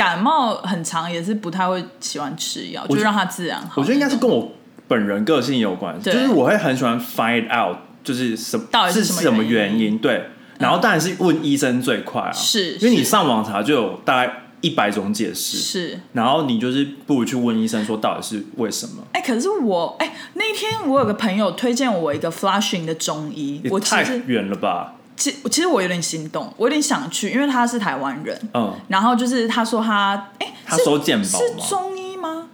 Speaker 2: 感冒很长，也是不太会喜欢吃药，
Speaker 1: 我
Speaker 2: 就
Speaker 1: 觉
Speaker 2: 让它自然好。
Speaker 1: 我觉得应该是跟我本人个性有关，就
Speaker 2: 对
Speaker 1: 是我会很喜欢 find out，就是什
Speaker 2: 到底
Speaker 1: 是
Speaker 2: 是
Speaker 1: 什
Speaker 2: 什
Speaker 1: 么
Speaker 2: 么原因嗯
Speaker 1: 原因，对。然后当然是问医生最快啊，
Speaker 2: 是
Speaker 1: 因为你
Speaker 2: 是
Speaker 1: 上网查就有大概一百种解释，
Speaker 2: 是
Speaker 1: 然后你就是不如去问医生说到底是为什么，
Speaker 2: 哎、可是我哎、那天我有个朋友推荐我一个 Flushing 的中医
Speaker 1: 也，
Speaker 2: 我其
Speaker 1: 太
Speaker 2: 实
Speaker 1: 远了吧？
Speaker 2: 其其实我有点心动，我有点想去，因为他是台湾人，
Speaker 1: 嗯，
Speaker 2: 然后就是他说他哎、
Speaker 1: 他
Speaker 2: 是
Speaker 1: 收健保
Speaker 2: 是
Speaker 1: 吗？
Speaker 2: 中医吗？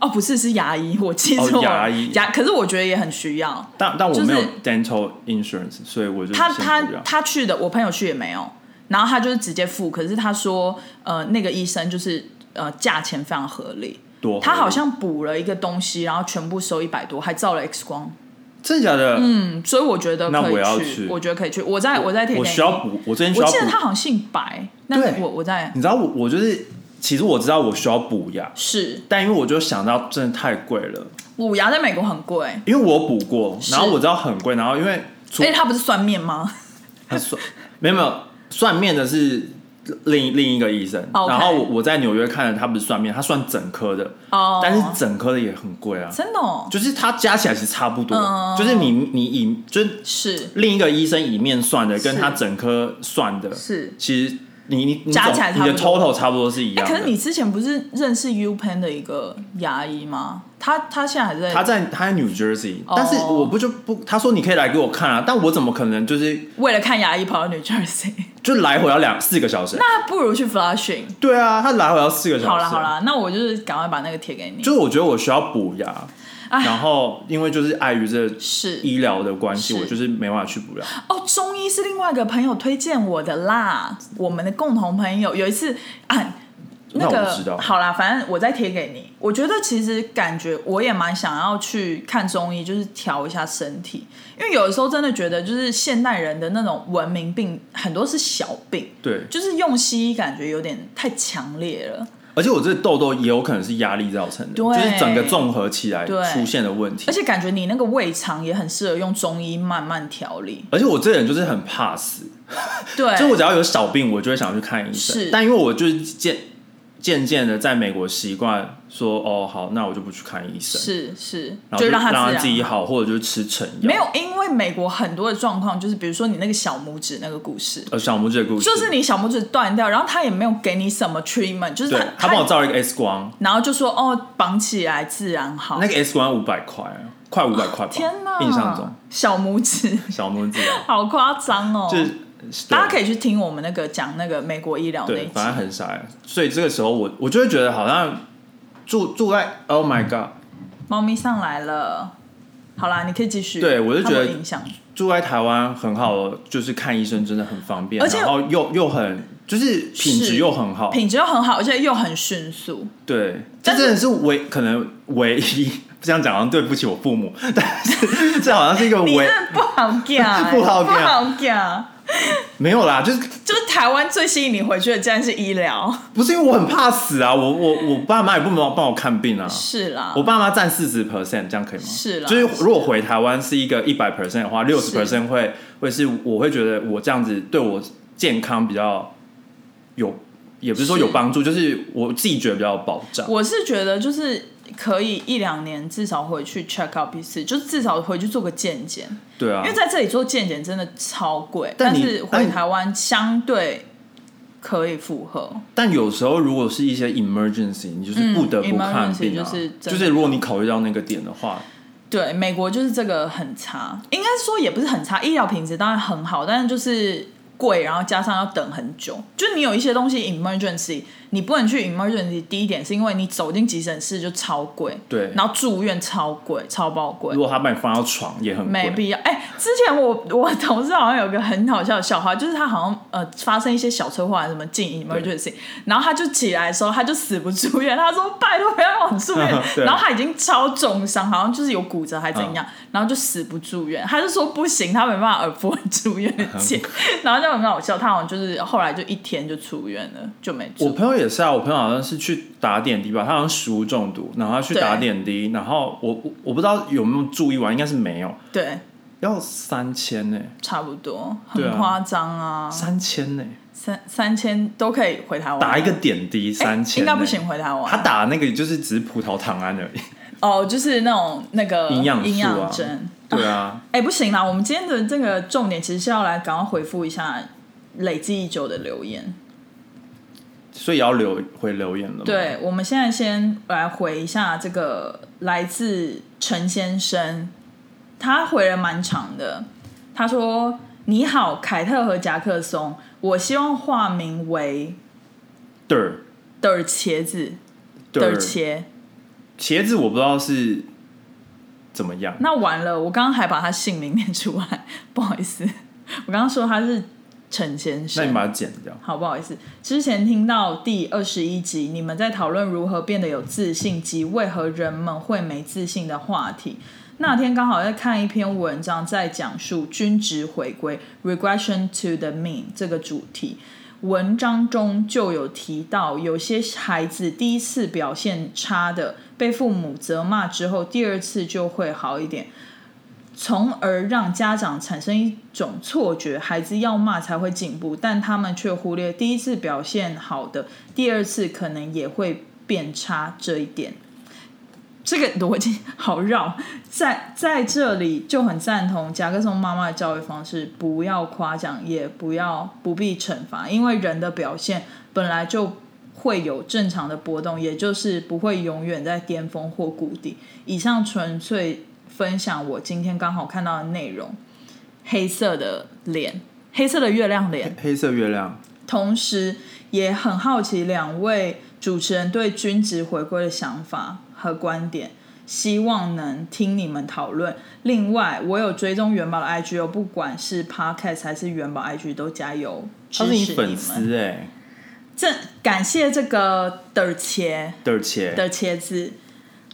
Speaker 2: 哦，不是，是牙医，我记
Speaker 1: 哦
Speaker 2: 错了。
Speaker 1: 牙医
Speaker 2: 牙，可是我觉得也很需要。
Speaker 1: 但但我
Speaker 2: 就是
Speaker 1: 没有 dental insurance，所以我就
Speaker 2: 他
Speaker 1: 先
Speaker 2: 他
Speaker 1: 不要
Speaker 2: 他去的，我朋友去也没有，然后他就是直接付，可是他说呃那个医生就是呃价钱非常合理，
Speaker 1: 多
Speaker 2: 他
Speaker 1: 合理
Speaker 2: 好像补了一个东西，然后全部收一百多，还照了 X 光，
Speaker 1: 真的假的？嗯，
Speaker 2: 嗯，所以我觉得
Speaker 1: 那
Speaker 2: 可以
Speaker 1: 我要去
Speaker 2: 去，我觉得可以去，我在我在贴
Speaker 1: 我
Speaker 2: 给
Speaker 1: 需要
Speaker 2: 你
Speaker 1: 补，我最近需
Speaker 2: 我
Speaker 1: 要
Speaker 2: 记得他
Speaker 1: 补，
Speaker 2: 好像姓白，
Speaker 1: 对
Speaker 2: 那我我在
Speaker 1: 你知道我我就是其实我知道我需要补牙，
Speaker 2: 是
Speaker 1: 但因为我就想到真的太贵了。
Speaker 2: 补牙在美国很贵，
Speaker 1: 因为我补过，
Speaker 2: 是哎
Speaker 1: 然后我知道很贵，然后因为除
Speaker 2: 而且它不是酸面吗？
Speaker 1: 很算，没有没有算面的是另另一个医生，
Speaker 2: 哦 OK
Speaker 1: 然后我我在纽约看的他不是算面，他算整颗的，
Speaker 2: 哦，
Speaker 1: 但是整颗的也很贵啊，
Speaker 2: 真的、哦、
Speaker 1: 就是它加起来其实差不多，
Speaker 2: 嗯
Speaker 1: 就是你你以就是
Speaker 2: 是
Speaker 1: 另一个医生以面算的，跟
Speaker 2: 是
Speaker 1: 他整颗算的，
Speaker 2: 是
Speaker 1: 其实你你你
Speaker 2: 加
Speaker 1: 总
Speaker 2: 起来差
Speaker 1: 你
Speaker 2: 不
Speaker 1: 的
Speaker 2: 多
Speaker 1: total 差不多是一
Speaker 2: 哎、
Speaker 1: 样
Speaker 2: 可
Speaker 1: 的。
Speaker 2: 是你之前不是认识 U Pen 的一个牙医吗？他他现在还在，
Speaker 1: 他在他在 New Jersey，、
Speaker 2: 哦
Speaker 1: 但是我不就不他说你可以来给我看啊，但我怎么可能就是
Speaker 2: 为了看牙医跑到 New Jersey， <laughs>
Speaker 1: 就来回要两四个小时？
Speaker 2: 那不如去 Flushing。
Speaker 1: 对啊，他来回要四个小时。
Speaker 2: 好啦好啦，那我就是赶快把那个贴给你。
Speaker 1: 就是我觉得我需要补牙，
Speaker 2: 哎
Speaker 1: 然后因为就是碍于这
Speaker 2: 是
Speaker 1: 医疗的关系，
Speaker 2: 是
Speaker 1: 我就是没办法去补牙。
Speaker 2: 哦，中医是另外一个朋友推荐我的啦，我们的共同朋友有一次啊，
Speaker 1: 那
Speaker 2: 个
Speaker 1: 我不知道
Speaker 2: 好啦，反正我再贴给你。我觉得其实感觉我也蛮想要去看中医，就是调一下身体，因为有的时候真的觉得就是现代人的那种文明病很多是小病，
Speaker 1: 对，
Speaker 2: 就是用西医感觉有点太强烈了，
Speaker 1: 而且我这痘痘也有可能是压力造成的，
Speaker 2: 对
Speaker 1: 就是整个综合起来
Speaker 2: 对
Speaker 1: 出现的问题
Speaker 2: 而。且感觉你那个胃肠也很适合用中医慢慢调理。
Speaker 1: 而且我这人就是很怕死，
Speaker 2: 对，
Speaker 1: 就我只要有小病，我就会想去看医生
Speaker 2: 是。
Speaker 1: 但因为我就是渐渐渐的在美国习惯说，哦，好，那我就不去看医生，
Speaker 2: 是是，
Speaker 1: 然后
Speaker 2: 就
Speaker 1: 就
Speaker 2: 让它自然
Speaker 1: 自己好，或者就是吃成药。
Speaker 2: 没有，因为美国很多的状况就是，比如说你那个小拇指那个故事，
Speaker 1: 呃，小拇指的故事，
Speaker 2: 就是你小拇指断掉，然后他也没有给你什么 treatment，就是
Speaker 1: 对
Speaker 2: 他
Speaker 1: 他帮我照了一个 X 光，
Speaker 2: 然后就说哦，绑起来自然好。
Speaker 1: 那个 X 光五百块啊，快五百块吧，
Speaker 2: 天哪，
Speaker 1: 印象中
Speaker 2: 小拇指
Speaker 1: 小拇指啊，
Speaker 2: 好夸张哦！
Speaker 1: 就是
Speaker 2: 大家可
Speaker 1: 以
Speaker 2: 以去听我们那个讲那个美国医疗那
Speaker 1: 对，
Speaker 2: 一
Speaker 1: 反正
Speaker 2: 集，
Speaker 1: 很傻呀。所以这个时候我我就会觉得好像住住在 Oh my God，
Speaker 2: 猫咪上来了。好啦，你可以继续。
Speaker 1: 对我就
Speaker 2: 它没有
Speaker 1: 觉得
Speaker 2: 影响。
Speaker 1: 住在台湾很好，哦就是看医生真的很方便，
Speaker 2: 而且
Speaker 1: 然后又又很就是品质
Speaker 2: 是
Speaker 1: 又很好，
Speaker 2: 品质又很好，而且又很迅速。
Speaker 1: 对，这
Speaker 2: 但是
Speaker 1: 真的是唯可能唯一。 <laughs> 这样讲好像对不起我父母， <laughs> 但是这好像是一个
Speaker 2: 你
Speaker 1: 唯
Speaker 2: <laughs> 真的不好讲、
Speaker 1: <laughs> 不好讲
Speaker 2: 不好讲。
Speaker 1: 没有啦，就是
Speaker 2: 就是台湾最吸引你回去的，竟然是医疗。
Speaker 1: 不是因为我很怕死啊，我我我爸妈也不帮我帮我看病啊，
Speaker 2: 是啦，
Speaker 1: 我爸妈占四十 percent，这样可以吗？
Speaker 2: 是啦
Speaker 1: 就是如果回台湾是一个一百 percent 的话，六十 percent 会会是我会觉得我这样子对我健康比较有，也不是说有
Speaker 2: 是
Speaker 1: 帮助，就是我自己觉得比较有保障。
Speaker 2: 我是觉得就是可以一两年至少回去 check up 一次，就是至少回去做个健检，
Speaker 1: 对啊
Speaker 2: 因为，在这里做健检真的超贵，
Speaker 1: 但
Speaker 2: 但
Speaker 1: 你
Speaker 2: 是
Speaker 1: 但
Speaker 2: 回
Speaker 1: 你
Speaker 2: 台湾相对可以负荷。
Speaker 1: 但有时候如果是一些 emergency，你就是
Speaker 2: 嗯
Speaker 1: 不得不看
Speaker 2: emergency
Speaker 1: 病啊，
Speaker 2: 就是真的
Speaker 1: 如果你考虑到那个点的话，
Speaker 2: 对，美国就是这个很差，应该说也不是很差，医疗品质当然很好，但是就是贵，然后加上要等很久。就你有一些东西 emergency，你不能去 emergency。第一点是因为你走进急诊室就超贵，
Speaker 1: 对
Speaker 2: 然后住院超贵，超爆贵
Speaker 1: 如。果他把你放到床也很
Speaker 2: 没
Speaker 1: 贵，
Speaker 2: 必要。哎、之前我我同事好像有个很好笑的笑话，就是他好像呃发生一些小车祸还是什么进 emergency，然后他就起来的时候他就死不住院，他说拜托不要让我
Speaker 1: <laughs>
Speaker 2: 住
Speaker 1: 对嗯
Speaker 2: 院，然后他已经超重伤，好像就是有骨折还怎样，然后就死不住院，他就说不行，他没办法 afford 住院
Speaker 1: 嗯
Speaker 2: 的 <laughs> 钱，然后就很好笑，他好像就是后来就一天就出院了，就没
Speaker 1: 我
Speaker 2: 住。
Speaker 1: 朋友也是啊，我朋友好像是去打点滴吧，他好像食物中毒，然后他去
Speaker 2: 对
Speaker 1: 打点滴，然后我我我不知道有没有注意完，应该是没有，
Speaker 2: 对，
Speaker 1: 要三千呢、
Speaker 2: 差不多，
Speaker 1: 对啊
Speaker 2: 很夸张啊，
Speaker 1: 三千呢、
Speaker 2: 三三千都可以回台湾
Speaker 1: 打一个点滴三千、
Speaker 2: 哦哎
Speaker 1: 欸
Speaker 2: 应该不行。回台湾。
Speaker 1: 他打那个就是只是葡萄糖胺
Speaker 2: <laughs>
Speaker 1: 而已。
Speaker 2: 哦，就是那种那个
Speaker 1: 营养素啊
Speaker 2: 营养针。
Speaker 1: 对啊，
Speaker 2: 哎、不行啦，我们今天的这个重点其实是要来赶快回复一下累积已久的留
Speaker 1: 嗯
Speaker 2: 言。
Speaker 1: 所以要留回留言了嘛。
Speaker 2: 对，我们现在先来回一下这个来自陈先生，他回了蛮长的。他说：“你好，凯特和夹克松，我希望化名为
Speaker 1: 对儿
Speaker 2: 的茄子
Speaker 1: 对
Speaker 2: 的
Speaker 1: 儿
Speaker 2: 茄。”
Speaker 1: 茄子我不知道是怎么样，
Speaker 2: 那完了，我刚刚还把他姓名念出来， <laughs> 不好意思，我刚刚说他是陈先
Speaker 1: 那你
Speaker 2: 生。
Speaker 1: 把它剪掉。
Speaker 2: 好，不好意思，之前听到第二十一集，你们在讨论如何变得有自信及为何人们会没自信的话题。那天刚好在看一篇文章，在讲述均值回归 （regression to the mean） 这个主题。文章中就有提到，有些孩子第一次表现差的，被父母责骂之后，第二次就会好一点。从而让家长产生一种错觉，孩子要骂才会进步，但他们却忽略第一次表现好的，第二次可能也会变差这一点。这个逻辑好绕，在在这里就很赞同甲壳虫妈妈的教育方式，不要夸奖，也不要不必惩罚，因为人的表现本来就会有正常的波动，也就是不会永远在巅峰或谷底。以上纯粹分享我今天刚好看到的内容，黑色的脸，黑色的月亮脸，
Speaker 1: 黑色月亮，
Speaker 2: 同时也很好奇两位主持人对均值回归的想法和观点，希望能听你们讨论。另外，我有追踪元宝的 IG 哦，不管是 Podcast 还是元宝 IG 都加油支
Speaker 1: 他是你
Speaker 2: 持
Speaker 1: 粉
Speaker 2: 们。
Speaker 1: 丝哎，
Speaker 2: 这感谢这个的切
Speaker 1: 而且
Speaker 2: 的切字。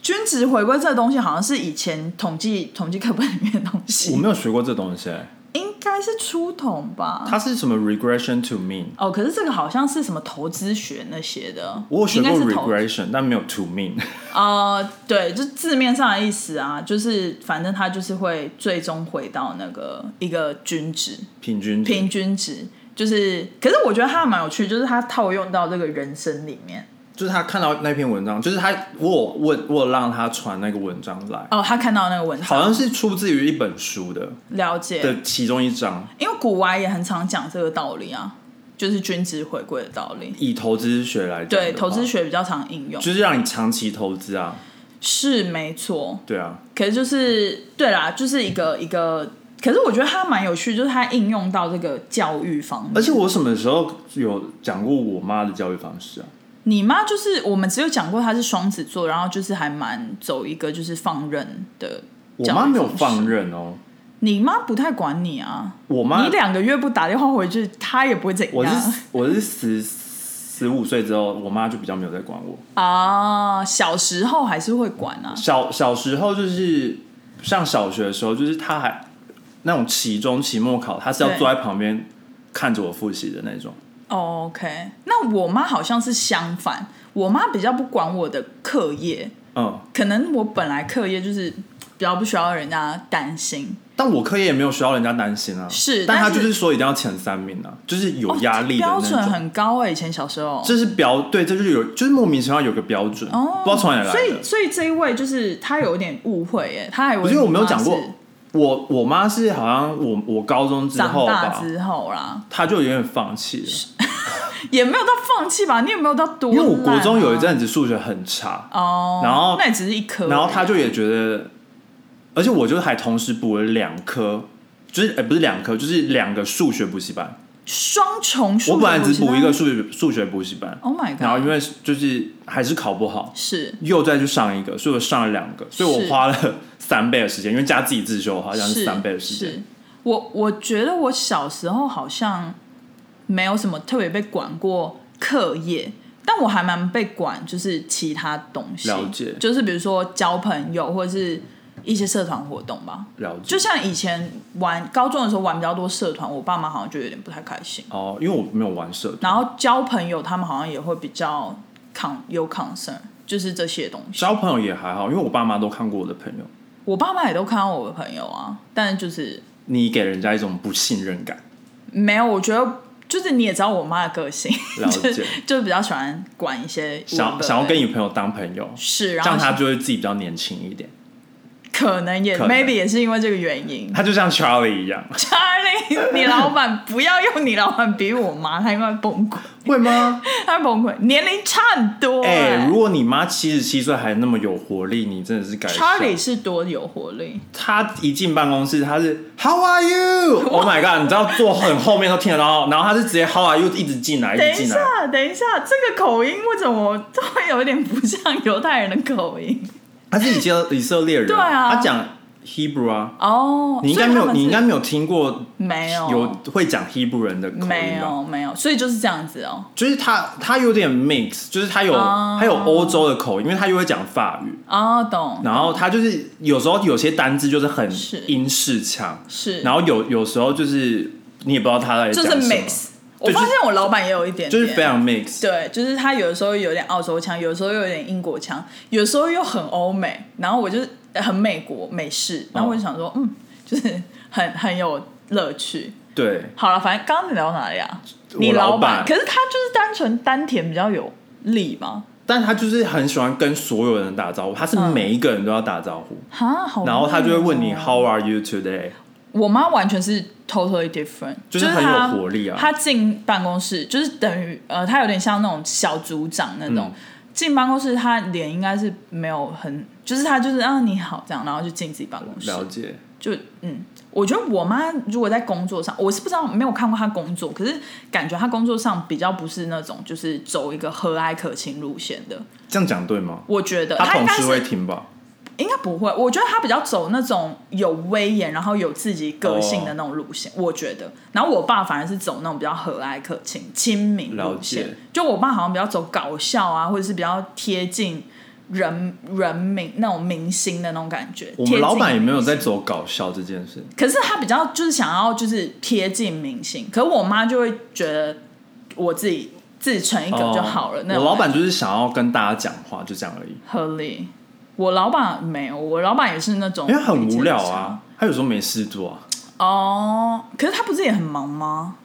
Speaker 2: 均值回归这东西好像是以前统计统计课本里面的东
Speaker 1: 我
Speaker 2: 西，
Speaker 1: 没有学过这东西哎，
Speaker 2: 应该是出统吧？
Speaker 1: 它是什么 regression to mean？
Speaker 2: 哦，可是这个好像是什么投资学那些的，
Speaker 1: 我有学过
Speaker 2: 应该是投
Speaker 1: regression，但没有 to mean。 <laughs>
Speaker 2: 呃，对，就字面上的意思啊，就是反正它就是会最终回到那个一个均值，
Speaker 1: 平均值
Speaker 2: 平均值。就是，可是我觉得它还蛮有趣，就是它套用到这个人生里面。
Speaker 1: 就是他看到那篇文章，就是他我有问我有让他传那个文章来，
Speaker 2: 哦，他看到那个文章，
Speaker 1: 好像是出自于一本书的
Speaker 2: 了解，
Speaker 1: 的其中一章，
Speaker 2: 因为古玩也很常讲这个道理啊，就是均值回归的道理。
Speaker 1: 以投资学来讲的话
Speaker 2: 对，投资学比较常应用，
Speaker 1: 就是让你长期投资啊，
Speaker 2: 是没错。
Speaker 1: 对啊，
Speaker 2: 可是就是对啦，就是一个一个，可是我觉得它蛮有趣，就是它应用到这个教育方面。
Speaker 1: 而且我什么时候有讲过我妈的教育方式啊？
Speaker 2: 你妈就是我们只有讲过她是双子座，然后就是还蛮走一个就是放任的。
Speaker 1: 我妈没有放，任哦，
Speaker 2: 你妈不太管你啊。
Speaker 1: 我妈
Speaker 2: 你两个月不打电话回去，她也不会怎
Speaker 1: 我
Speaker 2: 样
Speaker 1: 是我是十十五岁之后，我妈就比较没有在管我。
Speaker 2: 啊。小时候还是会管啊，
Speaker 1: 小小时候就是上小学的时候，就是他还那种期中、期末考，他是要
Speaker 2: 对
Speaker 1: 坐在旁边看着我复习的那种。
Speaker 2: OK，那我妈好像是相反，我妈比较不管我的课业，
Speaker 1: 嗯，
Speaker 2: 可能我本来课业就是比较不需要人家担心，
Speaker 1: 但我课业也没有需要人家担心啊。
Speaker 2: 是
Speaker 1: 但他
Speaker 2: 但是
Speaker 1: 就是说一定要前三名啊，就是有压力的
Speaker 2: 标
Speaker 1: 那
Speaker 2: 准
Speaker 1: 种。
Speaker 2: 很高哎、以前小时候。
Speaker 1: 这是标对，这就是有，就是莫名其妙有个标准，
Speaker 2: 哦，
Speaker 1: 不知道从哪里来
Speaker 2: 所以，
Speaker 1: 的。
Speaker 2: 所以这一位就是他有点误会耶，他还以为
Speaker 1: 不是因为我没有
Speaker 2: 你妈
Speaker 1: 讲过
Speaker 2: 是
Speaker 1: 我我妈是好像我我高中之
Speaker 2: 长
Speaker 1: 后
Speaker 2: 大
Speaker 1: 吧，
Speaker 2: 之后啦，
Speaker 1: 她就有点放弃了，
Speaker 2: 也没有到放弃吧，你也没有到多、
Speaker 1: 因为我国中有一，阵子数学很差，
Speaker 2: 哦，
Speaker 1: 然后
Speaker 2: 那也只是一科而已啊，
Speaker 1: 然后他就也觉得，而且我就还同时补了两科，就是呃不是两科，就是两个数学补习班。
Speaker 2: 双重数学
Speaker 1: 我
Speaker 2: 补习班，
Speaker 1: 本来只补一个数学数学补习班，
Speaker 2: ，Oh my god，
Speaker 1: 然后因为就是还是考不好，
Speaker 2: 是
Speaker 1: 又再去上一个，所以我上了两个，所以我
Speaker 2: 是
Speaker 1: 花了三倍的时间，因为加自己自修好像是
Speaker 2: 是
Speaker 1: 三倍的时间
Speaker 2: 是。我我觉得我小时候好像没有什么特别被管过课业，但我还蛮被管，就是其他东西，
Speaker 1: 了解
Speaker 2: 就是比如说交朋友或者是一些社团活动吧。
Speaker 1: 了解
Speaker 2: 就。像以前玩高中的时候玩比较多社团，我爸妈好像就有点不太开心。
Speaker 1: 哦，因为我没有玩社团，
Speaker 2: 然后交朋友，他们好像也会比较 con 有 concern，就是这些东西。
Speaker 1: 交朋友也还好，因为我爸妈都看过我的朋友。
Speaker 2: 我爸妈也都看到我的朋友啊，但就是
Speaker 1: 你给人家一种不信任感，
Speaker 2: 没有，我觉得就是你也知道我妈的个性， <laughs>
Speaker 1: 了
Speaker 2: 就
Speaker 1: 解
Speaker 2: 是，就是比较喜欢管一些无
Speaker 1: 想
Speaker 2: 的
Speaker 1: 想要跟你朋友当朋友，
Speaker 2: 是，
Speaker 1: 这
Speaker 2: 然
Speaker 1: 样
Speaker 2: 后
Speaker 1: 他
Speaker 2: 是
Speaker 1: 就会自己比较年轻一点。
Speaker 2: <laughs> 可能也
Speaker 1: 可能
Speaker 2: maybe 也是因为这个原因。
Speaker 1: 他就像 Charlie 一样， <laughs>
Speaker 2: Charlie，你老板不要用你老板比我妈，她应该崩溃，
Speaker 1: 会吗？
Speaker 2: 她会崩溃，年龄差很多、
Speaker 1: <laughs> 哎、
Speaker 2: 哎
Speaker 1: 如果你妈七十七岁还那么有活力，你真的是该笑
Speaker 2: Charlie 是多有活力，
Speaker 1: 他一进办公室，他是 How are you？Oh my god！你知道坐很后面都听得到，然后他是直接 How are you 一直进来，一
Speaker 2: 等
Speaker 1: 直
Speaker 2: 一
Speaker 1: 哎进来。
Speaker 2: 下，等一下，这个口音为什么都会有点不像犹太人的口音？
Speaker 1: 他是以色以色列人，
Speaker 2: 对啊
Speaker 1: 他讲 Hebrew 啊，
Speaker 2: 哦、
Speaker 1: 你应该没
Speaker 2: 所
Speaker 1: 有，
Speaker 2: 以他们是
Speaker 1: 你应该没有听过
Speaker 2: 没有
Speaker 1: 有会讲 Hebrew 人的口
Speaker 2: 没
Speaker 1: 音吧？
Speaker 2: 有没有，所以就是这样子哦。
Speaker 1: 就是他，他有点 mix，就是他有、
Speaker 2: 哦
Speaker 1: 他有欧洲的口音，因为他又会讲法语，
Speaker 2: 哦，懂，
Speaker 1: 然后他就是有时候有些单字就是很
Speaker 2: 是
Speaker 1: 英式腔，
Speaker 2: 是，
Speaker 1: 然后有有时候就是你也不知道他在
Speaker 2: 就
Speaker 1: 讲
Speaker 2: 是
Speaker 1: 什么
Speaker 2: mix。我
Speaker 1: 对
Speaker 2: 发
Speaker 1: 就是
Speaker 2: 现我老板也有一点点，
Speaker 1: 就是非常 mix。
Speaker 2: 对，就是他有的时候有点澳洲腔，有的时候又有点英国腔，有的时候又很欧美，然后我就是呃很美国美式，
Speaker 1: 哦
Speaker 2: 然后我就想说，嗯，就是很很有乐趣。
Speaker 1: 对，
Speaker 2: 好了，反正刚刚你聊到哪里啊？
Speaker 1: 我
Speaker 2: 你
Speaker 1: 老板
Speaker 2: 板，可是他就是单纯丹田比较有力嘛，
Speaker 1: 但他就是很喜欢跟所有人打招呼，他是
Speaker 2: 嗯
Speaker 1: 每一个人都要打招呼，
Speaker 2: 哈，好。
Speaker 1: 然后他就会问
Speaker 2: 哦
Speaker 1: 你 “How are you today”，
Speaker 2: 我妈完全是 totally different，
Speaker 1: 就是
Speaker 2: 是
Speaker 1: 很有
Speaker 2: 她
Speaker 1: 活力啊
Speaker 2: 她进办公室就是等于呃，她有点像那种小组长那种
Speaker 1: 嗯。
Speaker 2: 进办公室，她脸应该是没有很，就是她就是啊你好这样，然后就进自己办公室。
Speaker 1: 了解。
Speaker 2: 就嗯，我觉得我妈如果在工作上，我是不知道没有看过她工作，可是感觉她工作上比较不是那种就是走一个和蔼可亲路线的。
Speaker 1: 这样讲对吗？
Speaker 2: 我觉得
Speaker 1: 他
Speaker 2: 她
Speaker 1: 同
Speaker 2: 应该
Speaker 1: 事会
Speaker 2: 是
Speaker 1: 听吧？
Speaker 2: 应该不会，我觉得她比较走那种有威严，然后有自己个性的那种路线。我觉得，然后我爸反而是走那种比较和蔼可亲、亲民
Speaker 1: 了
Speaker 2: 路线
Speaker 1: 解。
Speaker 2: 就我爸好像比较走搞笑啊，或者是比较贴近人人民那种明星的那种感觉。
Speaker 1: 我
Speaker 2: 贴
Speaker 1: 们
Speaker 2: 近
Speaker 1: 老板也没有
Speaker 2: 明星
Speaker 1: 在走搞笑这件事，
Speaker 2: 可是他比较就是想要就是贴近明星，可我妈就会觉得我自己自成一格 <laughs> 就好了。
Speaker 1: 哦
Speaker 2: 那
Speaker 1: 我
Speaker 2: 种
Speaker 1: 老板就是想要跟大家讲话，就这样而已，
Speaker 2: 合理，我老板没有，我老板也是那种
Speaker 1: 因为很无聊啊。他有时候没事做啊，
Speaker 2: 哦。可是他不是也很忙吗？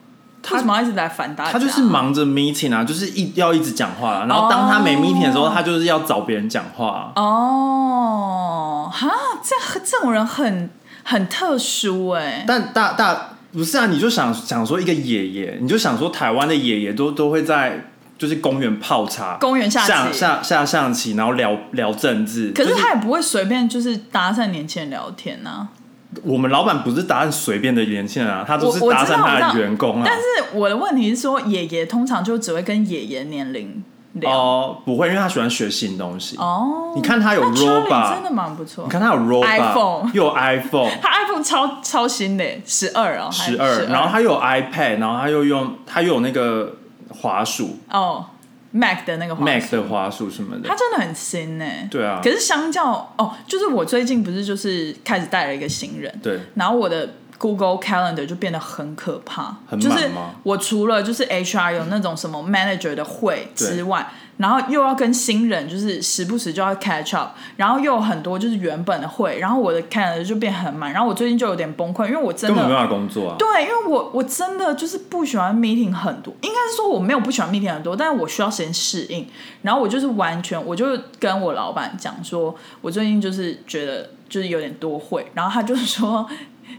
Speaker 2: 他为什么要一直来烦大家？
Speaker 1: 他就是忙着 meeting 啊，就是一要一直讲话啊、然后当他没 meeting 的时候，他就是要找别人讲话啊、
Speaker 2: 哦，哈，这这种人很很特殊哎、
Speaker 1: 但大大不是啊，你就想想说一个爷爷，你就想说台湾的爷爷都都会在就是公园泡茶，
Speaker 2: 公园下棋
Speaker 1: 下下下象棋，然后聊聊政治。
Speaker 2: 可是
Speaker 1: 就
Speaker 2: 他也不会随便就是搭讪年轻人聊天呐、啊。
Speaker 1: 我们老板不是搭讪随便的年轻人啊，他都是
Speaker 2: 我我
Speaker 1: 搭
Speaker 2: 知
Speaker 1: 讪
Speaker 2: 道我
Speaker 1: 他
Speaker 2: 知
Speaker 1: 的
Speaker 2: 道
Speaker 1: 员工啊。
Speaker 2: 但是我的问题是说，爷爷通常就只会跟爷爷年龄聊。
Speaker 1: 哦、不会，因为他喜欢学新东西。
Speaker 2: 哦，
Speaker 1: 你看他有
Speaker 2: 那 Charlie
Speaker 1: Roba
Speaker 2: 真的蛮不错
Speaker 1: 你。看他有
Speaker 2: iPhone
Speaker 1: Roba，又有 iPhone
Speaker 2: <laughs> 他 iPhone 超超新的，十二哦，还
Speaker 1: 十二，然后他又有 iPad，然后他又用他又有那个滑鼠
Speaker 2: 哦 Mac 的那个滑鼠
Speaker 1: Mac 的滑鼠什么的
Speaker 2: 它。真的很新呢。欸
Speaker 1: 对啊
Speaker 2: 可是相较哦，就是我最近不是就是开始带了一个新人，
Speaker 1: 对，
Speaker 2: 然后我的 Google Calendar 就变得很可怕，
Speaker 1: 很
Speaker 2: 就
Speaker 1: 满吗
Speaker 2: 是我除了就是 HR 有那种什么 manager 的会之外，然后又要跟新人就是时不时就要 catch up，然后又有很多就是原本的会，然后我的 calendar 就变很满，然后我最近就有点崩溃，因为我真
Speaker 1: 根本没
Speaker 2: 的。
Speaker 1: 办法工作啊。
Speaker 2: 对，因为我我真的就是不喜欢 meeting 很多，应该是说我没有不喜欢 meeting 很多，但是我需要时间适应。然后我就是完全，我就跟我老板讲说，我最近就是觉得就是有点多会，然后他就说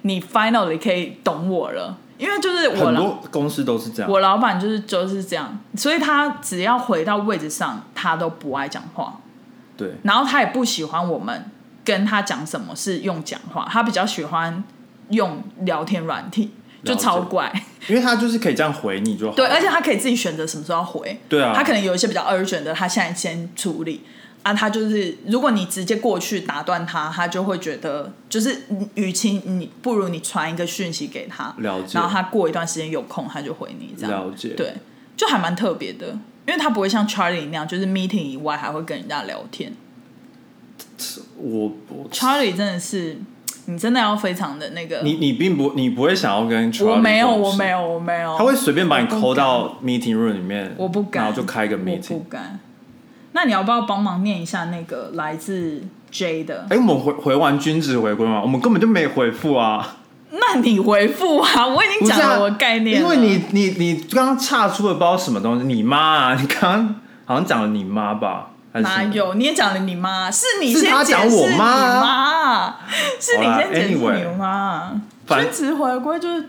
Speaker 2: 你 finally 可以懂我了，因为就是我
Speaker 1: 很
Speaker 2: 老
Speaker 1: 多公司都是这样。
Speaker 2: 我老板就是就是这样，所以他只要回到位置上，他都不爱讲话，
Speaker 1: 对，
Speaker 2: 然后他也不喜欢我们跟他讲什么是用讲话，他比较喜欢用聊天软体，就
Speaker 1: 了解
Speaker 2: 超怪。
Speaker 1: 因为他就是可以这样回你就好。
Speaker 2: 对，而且他可以自己选择什么时候要回。
Speaker 1: 对啊
Speaker 2: 他可能有一些比较 urgent 的，他现在先处理。啊，他就是，如果你直接过去打断他，他就会觉得，就是，嗯与其你不如你传一个讯息给他，
Speaker 1: 了解
Speaker 2: 然后他过一段时间有空，他就回你这样。
Speaker 1: 了解
Speaker 2: 对，就还蛮特别的，因为他不会像 Charlie 那样，就是 meeting 以外还会跟人家聊天。
Speaker 1: 我我
Speaker 2: Charlie 真的是，你真的要非常的那个，
Speaker 1: 你你并不你不会想要跟 Charlie
Speaker 2: 我没有，
Speaker 1: 共事
Speaker 2: 我没，有，我没有，
Speaker 1: 他会随便把你
Speaker 2: 我不
Speaker 1: 扣
Speaker 2: 敢
Speaker 1: 到 meeting room 里面，
Speaker 2: 我不敢，
Speaker 1: 然后就开一个
Speaker 2: 我不
Speaker 1: meeting。
Speaker 2: 敢。那你要不要帮忙念一下那个来自 J 的？
Speaker 1: 哎、我们回回完均值回归吗？我们根本就没回复啊！
Speaker 2: 那你回复啊，我已
Speaker 1: 不
Speaker 2: 经
Speaker 1: 是
Speaker 2: <laughs> 讲
Speaker 1: 啊
Speaker 2: 了我的概念
Speaker 1: 因
Speaker 2: 了
Speaker 1: 为你你你刚刚岔出了不知道什么东西，你妈啊！你刚刚好像讲了你妈吧？还是什
Speaker 2: 哪
Speaker 1: 么？
Speaker 2: 有？你也讲了你妈，是你
Speaker 1: 是
Speaker 2: 先
Speaker 1: 他
Speaker 2: 解释
Speaker 1: 讲我
Speaker 2: 你
Speaker 1: 妈啊
Speaker 2: 妈，是你
Speaker 1: 好啦
Speaker 2: 先解释
Speaker 1: ，anyway，
Speaker 2: 你妈。
Speaker 1: 反
Speaker 2: 全职回归就是，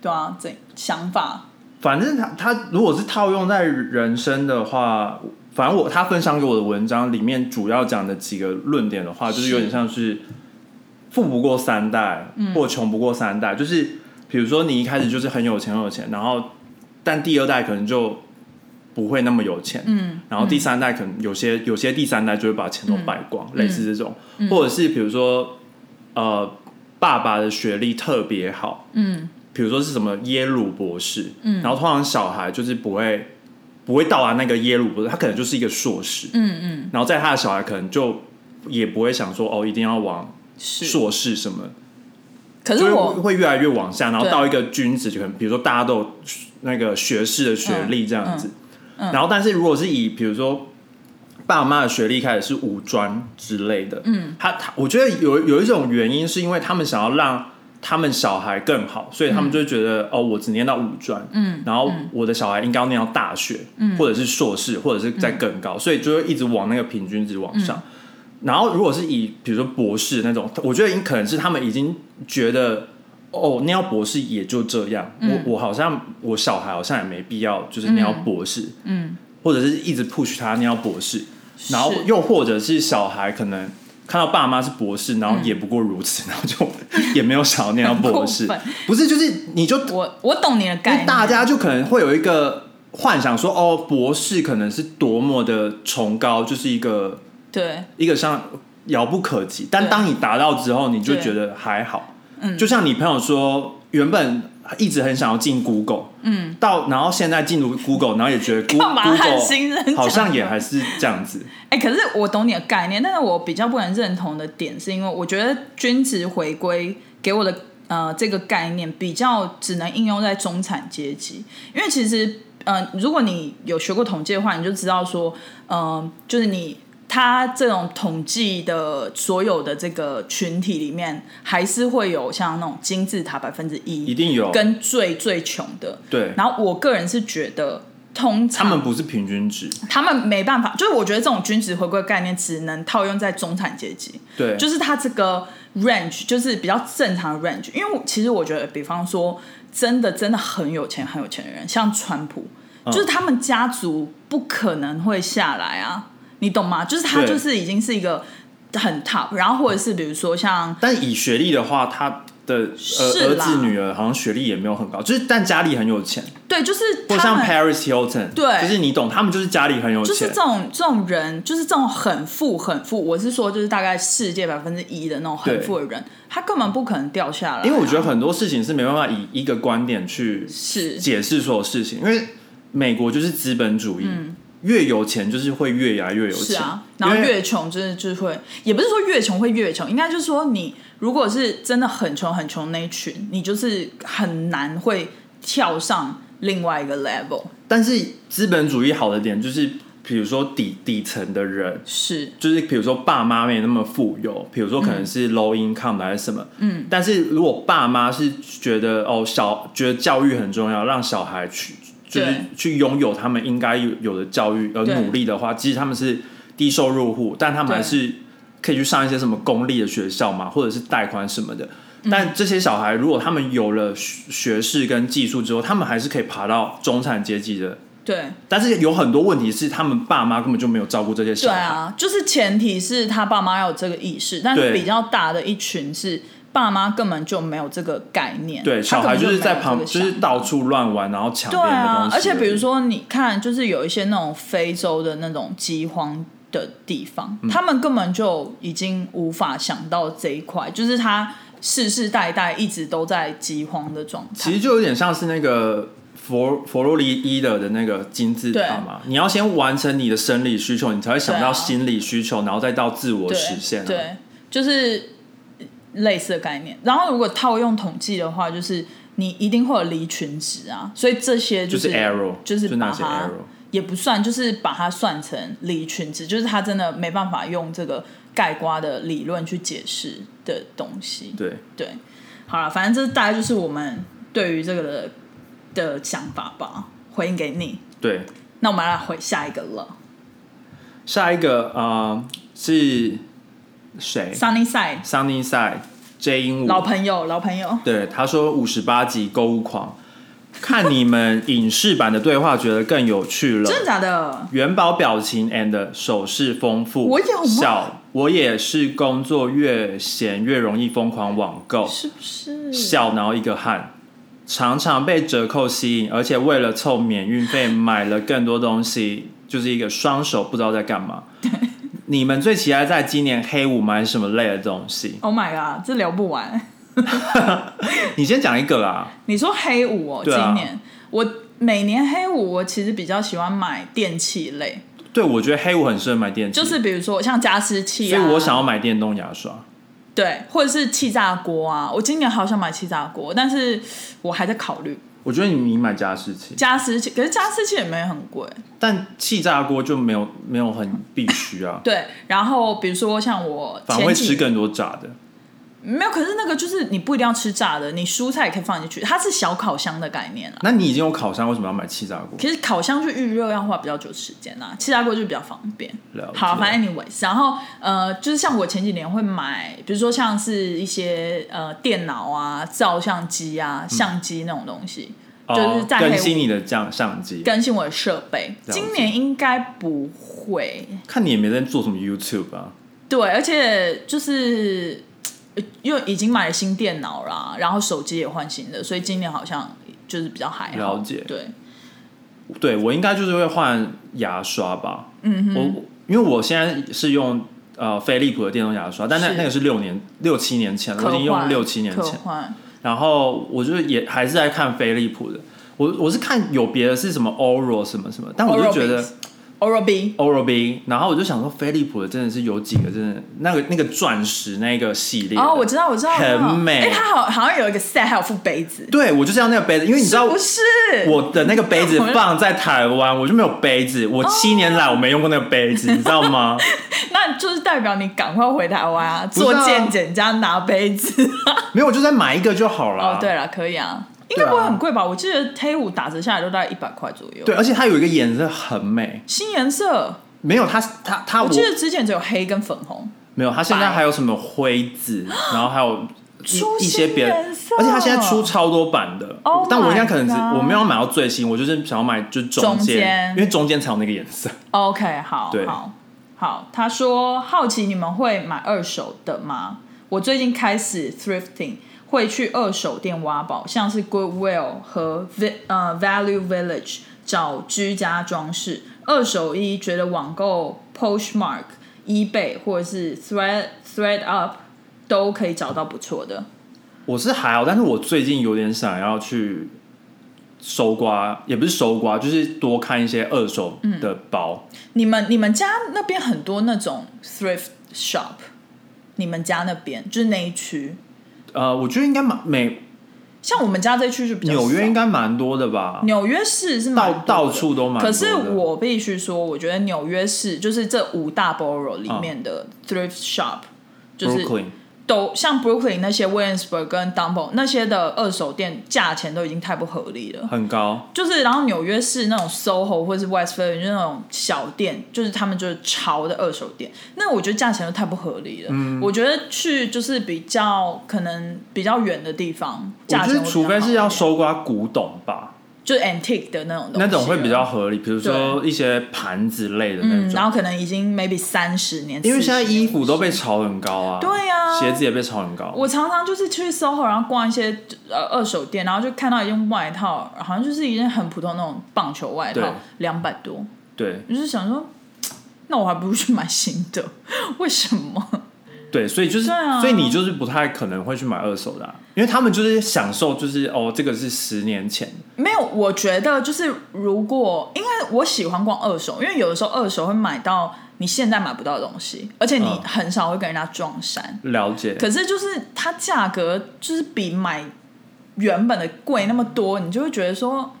Speaker 2: 对啊，这想法
Speaker 1: 反正他他如果是套用在人生的话，反正我他分享给我的文章里面主要讲的几个论点的话，就是
Speaker 2: 是
Speaker 1: 有点像是富不过三代，或穷不过三代。就是比如说你一开始就是很有钱很有钱，然后但第二代可能就不会那么有钱，
Speaker 2: 嗯，
Speaker 1: 然后第三代可能有些有些第三代就会把钱都败光，类似这种，或者是比如说呃爸爸的学历特别好，
Speaker 2: 嗯，
Speaker 1: 比如说是什么耶鲁博士，嗯，然后通常小孩就是不会不会到达那个耶鲁博士，他可能就是一个硕士，
Speaker 2: 嗯嗯，
Speaker 1: 然后在他的小孩可能就也不会想说哦一定要往
Speaker 2: 是。
Speaker 1: 硕士什么，
Speaker 2: 可
Speaker 1: 就是会
Speaker 2: 我，
Speaker 1: 会越来越往下，然后
Speaker 2: 对
Speaker 1: 到一个均值，就可能比如说大家都有那个学士的学历这样子，
Speaker 2: 嗯
Speaker 1: 然后但是如果是以比如说爸妈的学历开始是五专之类的，嗯，他他我觉得有有一种原因是因为他们想要让他们小孩更好，所以他们就会觉得、哦，我只念到五专，
Speaker 2: 嗯，
Speaker 1: 然后我的小孩应该要念到大学，嗯，或者是硕士，或者
Speaker 2: 嗯
Speaker 1: 是再更高，所以就会一直往那个平均值往上。然后如果是以比如说博士那种，我觉得可能是他们已经觉得。哦，念到博士也就这样，
Speaker 2: 嗯
Speaker 1: 我我好像我小孩好像也没必要，就是念到博士，
Speaker 2: 嗯，
Speaker 1: 或者是一直 push 他念到博士，
Speaker 2: 是
Speaker 1: 然后又或者是小孩可能看到爸妈是博士，
Speaker 2: 嗯
Speaker 1: 然后也不过如此，然后就 <laughs> 也没有想要念到博士
Speaker 2: <laughs> 很过分，
Speaker 1: 不是就是你就
Speaker 2: 我我懂你的概
Speaker 1: 因为
Speaker 2: 念，
Speaker 1: 大家就可能会有一个幻想说，哦，博士可能是多么的崇高，就是一个
Speaker 2: 对
Speaker 1: 一个像遥不可及，但
Speaker 2: 对
Speaker 1: 当你达到之后，你就
Speaker 2: 对
Speaker 1: 觉得还好，
Speaker 2: 嗯
Speaker 1: 就像你朋友说，原本一直很想要进 Google，
Speaker 2: 嗯，
Speaker 1: 到然后现在进入 Google，然后也
Speaker 2: <laughs>
Speaker 1: 觉得 Goo-
Speaker 2: 干嘛和新人
Speaker 1: Google
Speaker 2: 讲
Speaker 1: 好像也还是这样子，
Speaker 2: 哎、可是我懂你的概念，但是我比较不能认同的点，是因为我觉得均值回归给我的呃这个概念比较只能应用在中产阶级，因为其实呃，如果你有学过统计的话，你就知道说，嗯、就是你。它这种统计的所有的这个群体里面，还是会有像那种金字塔百分之
Speaker 1: 一
Speaker 2: 一，
Speaker 1: 定有
Speaker 2: 跟最最穷的。
Speaker 1: 对，
Speaker 2: 然后我个人是觉得，通
Speaker 1: 他
Speaker 2: 常
Speaker 1: 们不是平均值，
Speaker 2: 他们没办法，就是我觉得这种均值回归概念只能套用在中产阶级，
Speaker 1: 对，
Speaker 2: 就是是它这个 range 就是比较正常的 range。因为我其实我觉得，比方说真的真的很有钱很有钱的人，像川普，
Speaker 1: 嗯
Speaker 2: 就是他们家族不可能会下来啊，你懂吗？就是他
Speaker 1: 对
Speaker 2: 就是已经是一个很 top，然后或者是比如说像
Speaker 1: 但以学历的话，他的儿
Speaker 2: 是
Speaker 1: 儿
Speaker 2: 啦
Speaker 1: 子女儿好像学历也没有很高，就是但家里很有钱，
Speaker 2: 对，就是
Speaker 1: 或
Speaker 2: 他
Speaker 1: 像
Speaker 2: 们
Speaker 1: Paris Hilton，
Speaker 2: 对
Speaker 1: 就是你懂，他们就是家里很有
Speaker 2: 就是
Speaker 1: 钱
Speaker 2: 这，种这种人，就是这种很富很富，我是说就是大概世界百分之一的那种很
Speaker 1: 对
Speaker 2: 富的人，他根本不可能掉下来啊、
Speaker 1: 因为我觉得很多事情是没办法以一个观点去
Speaker 2: 是
Speaker 1: 解释所有事情，因为美国就是资本主义，越有钱就是会越来越有
Speaker 2: 嗯是
Speaker 1: 钱，
Speaker 2: 啊，然后
Speaker 1: 因为
Speaker 2: 越穷就是就是会，也不是说越穷会越穷，应该就是说你如果是真的很穷很穷那一群，你就是很难会跳上另外一个 level，
Speaker 1: 但是资本主义好的点就是，比如说底底层的人，
Speaker 2: 是
Speaker 1: 就是比如说爸妈没那么富有，比如说可能是 low income 的还是什么，
Speaker 2: 嗯，
Speaker 1: 但是如果爸妈是觉得哦小觉得教育很重要，让小孩去就是
Speaker 2: 对
Speaker 1: 去拥有他们应该有有的教育而
Speaker 2: 对
Speaker 1: 努力的话，即使他们是低收入户，但他们
Speaker 2: 对
Speaker 1: 还是可以去上一些什么公立的学校嘛，或者是贷款什么的。
Speaker 2: 嗯
Speaker 1: 但这些小孩如果他们有了学学士跟技术之后，他们还是可以爬到中产阶级的
Speaker 2: 对
Speaker 1: 但是有很多问题是他们爸妈根本就没有照顾这些
Speaker 2: 对
Speaker 1: 小孩，
Speaker 2: 啊，就是前提是他爸妈要有这个意识，但是
Speaker 1: 对
Speaker 2: 比较大的一群是爸妈根本就没有这个概念，
Speaker 1: 对
Speaker 2: 他
Speaker 1: 小
Speaker 2: 根
Speaker 1: 孩
Speaker 2: 本
Speaker 1: 就是
Speaker 2: 没有
Speaker 1: 在
Speaker 2: 这
Speaker 1: 旁，
Speaker 2: 个
Speaker 1: 就是
Speaker 2: 想法
Speaker 1: 到处乱玩，然后抢别
Speaker 2: 对
Speaker 1: 人的东
Speaker 2: 啊
Speaker 1: 西。，
Speaker 2: 而且比如说，你看，就是有一些那种非洲的那种饥荒的地方，
Speaker 1: 嗯
Speaker 2: 他们根本就已经无法想到这一块，就是他世世代代一直都在饥荒的状态。
Speaker 1: 其实就有点像是那个佛佛罗里伊德的那个金字塔嘛，你要先完成你的生理需求，你才会想
Speaker 2: 对
Speaker 1: 到
Speaker 2: 啊
Speaker 1: 心理需求，然后再到自我实现、啊。
Speaker 2: 对。对，就是类似的概念。然后如果套用统计的话，就是你一定会有离群值啊，所以这些
Speaker 1: 就是是 arrow，
Speaker 2: 就是
Speaker 1: 就
Speaker 2: 把
Speaker 1: 那些
Speaker 2: 它
Speaker 1: arrow
Speaker 2: 也不算，就是把它算成离群值，就是它真的没办法用这个盖瓜的理论去解释的东西。
Speaker 1: 对
Speaker 2: 对，好了，反正这大概就是我们对于这个的的想法吧，回应给你。
Speaker 1: 对
Speaker 2: 那我们来回下一个了
Speaker 1: 下一个啊、呃是谁
Speaker 2: ，Sunny Side，
Speaker 1: ？Sunny Side J 鹦鹉
Speaker 2: 老朋友，老朋友，
Speaker 1: 对，他说五十八集购物狂，看你们影视版的对话，觉得更有趣了。
Speaker 2: 真的假的？
Speaker 1: 元宝表情 and 手势丰富，
Speaker 2: 我有吗
Speaker 1: 小，我也是工作越闲越容易疯狂网购，
Speaker 2: 是不是？
Speaker 1: 笑然后一个汗，常常被折扣吸引，而且为了凑免运费买了更多东西，就是一个双手不知道在干嘛。你们最期待在今年黑五买什么类的东西？
Speaker 2: Oh my god，这聊不完。 <laughs>
Speaker 1: 你先讲一个啦。
Speaker 2: 你说黑五哦，
Speaker 1: 对啊
Speaker 2: 今年我每年黑五，我其实比较喜欢买电器类，
Speaker 1: 对，我觉得黑五很适合买电器，
Speaker 2: 就是比如说像加湿器
Speaker 1: 嗯所
Speaker 2: 啊，
Speaker 1: 以我想要买电动牙刷。
Speaker 2: 对，或者是气炸锅啊。我今年好想买气炸锅，但是我还在考虑
Speaker 1: 我觉得你你买加湿器，
Speaker 2: 加湿器，可是加湿器也没很贵。，
Speaker 1: 但气炸锅就没有没有很必须啊
Speaker 2: 对，然后比如说像我
Speaker 1: 反而
Speaker 2: 前
Speaker 1: 会吃
Speaker 2: 几
Speaker 1: 更多炸的。
Speaker 2: 没有，可是那个就是你不一定要吃炸的，你蔬菜也可以放进去，它是小烤箱的概念啊。
Speaker 1: 那你已经有烤箱，为什么要买气炸锅？
Speaker 2: 其实烤箱去预热要花比较久时间啊，气炸锅就比较方便
Speaker 1: 了解。
Speaker 2: 好，反正 anyways，然后呃，就是像我前几年会买，比如说像是一些呃电脑啊、照相机啊、相机那种东西，就是
Speaker 1: 哦
Speaker 2: 在
Speaker 1: 更
Speaker 2: 黑
Speaker 1: 新你的相相机，
Speaker 2: 更新我的设备。
Speaker 1: 了解
Speaker 2: 今年应该不会，
Speaker 1: 看你也没在做什么 YouTube 啊。
Speaker 2: 对，而且就是呃因为已经买了新电脑啦，然后手机也换新的，所以今年好像就是比较还好。
Speaker 1: 了解
Speaker 2: 对，
Speaker 1: 对我应该就是会换牙刷吧。嗯我因为我现在是用呃飞利浦的电动牙刷，但那
Speaker 2: 是
Speaker 1: 那个是六年六七年前了，我
Speaker 2: 科
Speaker 1: 已经用
Speaker 2: 幻
Speaker 1: 六七年
Speaker 2: 科
Speaker 1: 前。
Speaker 2: 幻
Speaker 1: 然后我就是也还是在看飞利浦的，我我是看有别的是什么 Oral 什么什么，但我就觉得
Speaker 2: Oral B，
Speaker 1: Oral B，然后我就想说飞利浦的真的是有几个真的那个那个钻石那个系列的，
Speaker 2: 哦，我知道，我知道，
Speaker 1: 很
Speaker 2: 我知道
Speaker 1: 美
Speaker 2: 哎，它好好像有一个 set，还有副杯子，
Speaker 1: 对我就是要那个杯子，因为你知道
Speaker 2: 不是？
Speaker 1: 我的那个杯子
Speaker 2: 我们
Speaker 1: 放在台湾，我就没有杯子，我
Speaker 2: 哦
Speaker 1: 七年来我没用过那个杯
Speaker 2: <laughs>
Speaker 1: 子，你知道吗？
Speaker 2: 那就是代表你赶快回台湾啊，
Speaker 1: 是啊
Speaker 2: 做健检加拿
Speaker 1: <laughs>
Speaker 2: 杯子。
Speaker 1: 没有，我就再买一个就好了。
Speaker 2: 哦，对了，可以啊，应该不会很贵吧？我记得黑五打折下来都大概一百块左右。
Speaker 1: 对，，而且它有一个颜色很美，
Speaker 2: 新颜色，
Speaker 1: 没有它它它
Speaker 2: 我
Speaker 1: 我
Speaker 2: 记得之前只有黑跟粉红。
Speaker 1: 没有，它现在
Speaker 2: 白
Speaker 1: 还有什么灰紫，然后还有
Speaker 2: 出
Speaker 1: 一一些别的
Speaker 2: 新颜色，
Speaker 1: 而且它现在出超多版的
Speaker 2: Oh my
Speaker 1: 但我应该可能只
Speaker 2: God
Speaker 1: 我没有买到最新，我就是想要买就中
Speaker 2: 中间
Speaker 1: 因为中间才有那个颜色。 <laughs>
Speaker 2: OK，好
Speaker 1: 对，
Speaker 2: 好，好。他说好奇你们会买二手的吗？我最近开始 thrifting，会去二手店挖宝，像是 Goodwill 和 v 呃 Value Village 找居家装饰。二手衣觉得网购 Poshmark、eBay 或者是 Thread Thread Up 都可以找到不错的。
Speaker 1: 我是还好，但是我最近有点想要去搜刮，也不是搜刮，就是多看一些二手的包。
Speaker 2: 你们你们家那边很多那种 thrift shop，你们家那边就是那一区，
Speaker 1: 呃，我觉得应该蛮美，
Speaker 2: 像我们家这一区就比较
Speaker 1: 纽约应
Speaker 2: 该
Speaker 1: 该蛮多的吧，
Speaker 2: 纽约市是蛮
Speaker 1: 到
Speaker 2: 多的
Speaker 1: 到处都蛮多的
Speaker 2: 可是我必须说，我觉得纽约市就是这五大 borough 里面的 thrift shop，、就是
Speaker 1: Brooklyn。
Speaker 2: 都像 Brooklyn 那些 Williamsburg 跟 Dumbo 那些的二手店价钱都已经太不合理了。
Speaker 1: 很高，
Speaker 2: 就是，然后纽约市那种 SOHO 或者是 West Village 就是那种小店，就是他们就是潮的二手店，那我觉得价钱都太不合理了。
Speaker 1: 嗯
Speaker 2: 我觉得去就是比较可能比较远的地方，
Speaker 1: 我
Speaker 2: 价
Speaker 1: 觉
Speaker 2: 钱
Speaker 1: 得
Speaker 2: 会
Speaker 1: 除
Speaker 2: 比较
Speaker 1: 非
Speaker 2: 好
Speaker 1: 是
Speaker 2: 一
Speaker 1: 要
Speaker 2: 点
Speaker 1: 搜刮古董吧，
Speaker 2: 就是 antique 的那种东西，
Speaker 1: 那种会比较。合理，比如说一些盘子类的那
Speaker 2: 嗯，然
Speaker 1: 种。
Speaker 2: 后可能已经 maybe 三十年，
Speaker 1: 因为现在
Speaker 2: 40年
Speaker 1: 衣服都被炒很高啊，
Speaker 2: 对啊
Speaker 1: 鞋子也被炒很高。
Speaker 2: 我常常就是去 SOHO，然后逛一些呃二手店，然后就看到一件外套，好像就是一件很普通那种棒球外
Speaker 1: 对
Speaker 2: 套，两百多，
Speaker 1: 对
Speaker 2: 我就是想说，那我还不如去买新的， <laughs> 为什么？
Speaker 1: 对，所以就是，
Speaker 2: 对啊
Speaker 1: 所以你就是不太可能会去买二手的啊、因为他们就是享受，就是哦，这个是十年前，
Speaker 2: 没有，我觉得就是如果，因为我喜欢逛二手，因为有的时候二手会买到你现在买不到的东西，而且你
Speaker 1: 嗯
Speaker 2: 很少会跟人家撞衫。
Speaker 1: 了解。
Speaker 2: 可是就是它价格就是比买原本的贵那么多，你就会觉得说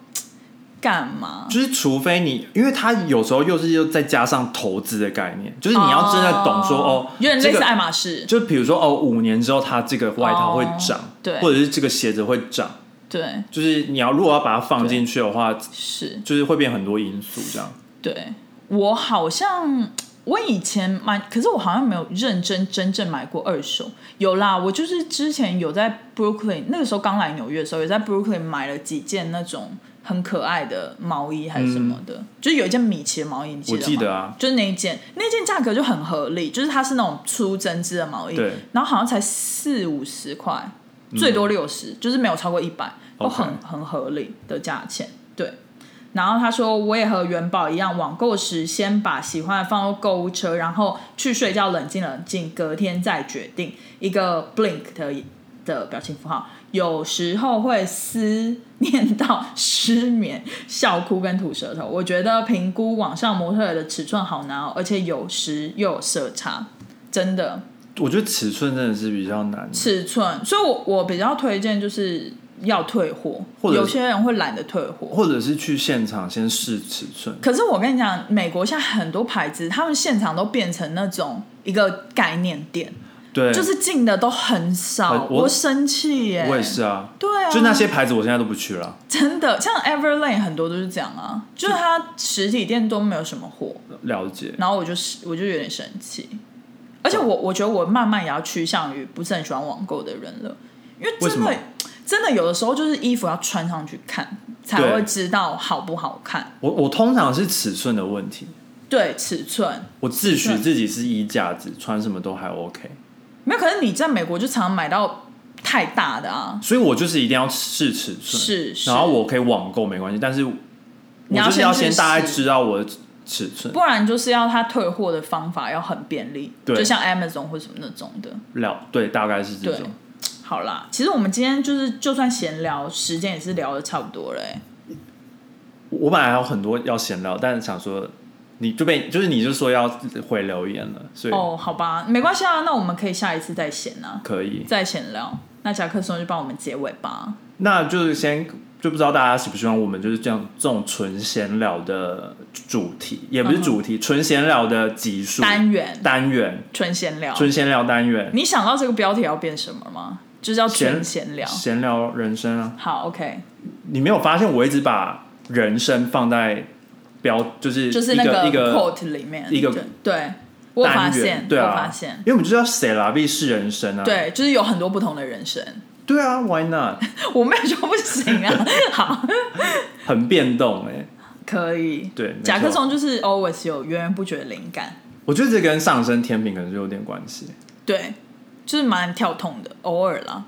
Speaker 2: 干嘛？
Speaker 1: 就是除非你，因为它有时候又是又再加上投资的概念，就是你要真的懂说哦，
Speaker 2: 有点
Speaker 1: 这
Speaker 2: 类
Speaker 1: 个
Speaker 2: 似爱马仕，
Speaker 1: 就比如说哦，五年之后它这个外套会
Speaker 2: 哦
Speaker 1: 涨，
Speaker 2: 对
Speaker 1: 或者是这个鞋子会涨，
Speaker 2: 对，
Speaker 1: 就是你要如果要把它放进去的话，
Speaker 2: 是，
Speaker 1: 就是会变很多因素这样。
Speaker 2: 对我好像我以前买，可是我好像没有认真真正买过二手。有啦，我就是之前有在 Brooklyn 那个时候刚来纽约的时候，有在 Brooklyn 买了几件那种很可爱的毛衣还是什么的，就是有一件米奇的毛衣，你记
Speaker 1: 嗯
Speaker 2: 得
Speaker 1: 我
Speaker 2: 吗？
Speaker 1: 记得啊
Speaker 2: 就是那一件，那件价格就很合理，就是它是那种粗针织的毛衣
Speaker 1: 对，
Speaker 2: 然后好像才四五十块，最多六十、就是没有超过一百，都很
Speaker 1: OK
Speaker 2: 很合理的价钱，对。然后他说，我也和元宝一样，网购时先把喜欢的放入购物车，然后去睡觉冷静冷静，隔天再决定。一个 blink 的的表情符号，有时候会思念到失眠、笑哭跟吐舌头。我觉得评估网上模特儿的尺寸好难哦，而且有时又有色差，真的
Speaker 1: 我觉得尺寸真的是比较难，
Speaker 2: 尺寸。所以我我比较推荐就是要退货，
Speaker 1: 或者
Speaker 2: 有些人会懒得退货，
Speaker 1: 或者是去现场先试尺寸。
Speaker 2: 可是我跟你讲，美国现在很多牌子，他们现场都变成那种一个概念店，
Speaker 1: 对，呃
Speaker 2: 就是进的都很少，
Speaker 1: 我
Speaker 2: 我生气耶、
Speaker 1: 我也是啊，
Speaker 2: 对啊，
Speaker 1: 就那些牌子我现在都不去了，
Speaker 2: 真的像 Everlane 很多都是这样啊，就是它实体店都没有什么货，
Speaker 1: 了解。
Speaker 2: 然后我就是我就有点生气，而且我我觉得我慢慢也要趋向于不是很喜欢网购的人了，因为
Speaker 1: 为什
Speaker 2: 真
Speaker 1: 么
Speaker 2: 的真的有的时候就是衣服要穿上去看才
Speaker 1: 对
Speaker 2: 会知道好不好看，
Speaker 1: 我我通常是尺寸的问题，
Speaker 2: 对尺寸。
Speaker 1: 我自诩自己是衣架子，穿什么都还 OK，
Speaker 2: 没有，可是你在美国就常买到太大的啊，
Speaker 1: 所以我就是一定要试尺寸，
Speaker 2: 是是
Speaker 1: 然后我可以网购没关系，但是我
Speaker 2: 你要
Speaker 1: 就是要
Speaker 2: 先
Speaker 1: 先
Speaker 2: 去
Speaker 1: 大概
Speaker 2: 试
Speaker 1: 知道我的尺寸，
Speaker 2: 不然就是要他退货的方法要很便利，
Speaker 1: 对
Speaker 2: 就像 Amazon 或什么那种的。
Speaker 1: 了对，大概是这
Speaker 2: 对
Speaker 1: 种。，
Speaker 2: 好啦，其实我们今天就是就算闲聊，时间也是聊的差不多了、欸。
Speaker 1: 我本来还有很多要闲聊，但是想说你就被就是你就说要回留言了，所以
Speaker 2: 哦，好吧，没关系啊，那我们可以下一次再闲啊，
Speaker 1: 可以。
Speaker 2: 再闲聊。那夹克松就帮我们结尾吧。
Speaker 1: 那就是先就不知道大家喜不喜欢我们就是这样这种纯闲聊的主题，也不是主题，纯闲聊的集数
Speaker 2: 嗯单元哦
Speaker 1: 单元，
Speaker 2: 纯闲聊，
Speaker 1: 纯闲聊单元，
Speaker 2: 你想到这个标题要变什么吗？就叫纯
Speaker 1: 闲
Speaker 2: 闲聊。
Speaker 1: 闲聊人生啊。
Speaker 2: 好，OK，
Speaker 1: 你没有发现我一直把人生放在标，就是
Speaker 2: 就是
Speaker 1: 一
Speaker 2: 那
Speaker 1: 一个
Speaker 2: quote 里面
Speaker 1: 一个
Speaker 2: 对对，我有发
Speaker 1: 单
Speaker 2: 现
Speaker 1: 元，，对
Speaker 2: 我有
Speaker 1: 啊，
Speaker 2: 发现
Speaker 1: 因，为我们就叫谁啦，必是人生啊，
Speaker 2: 对，就是有很多不同的人生， <laughs>
Speaker 1: 对啊，Why not？
Speaker 2: 我没有说不行
Speaker 1: <laughs>
Speaker 2: 啊，好，
Speaker 1: 很变动哎、
Speaker 2: 可以。
Speaker 1: 对没错
Speaker 2: 甲壳虫就是 always 有源源不绝的灵感，
Speaker 1: 我觉得这跟上升天平可能是有点关系，
Speaker 2: 对，就是蛮跳痛的，偶尔啦，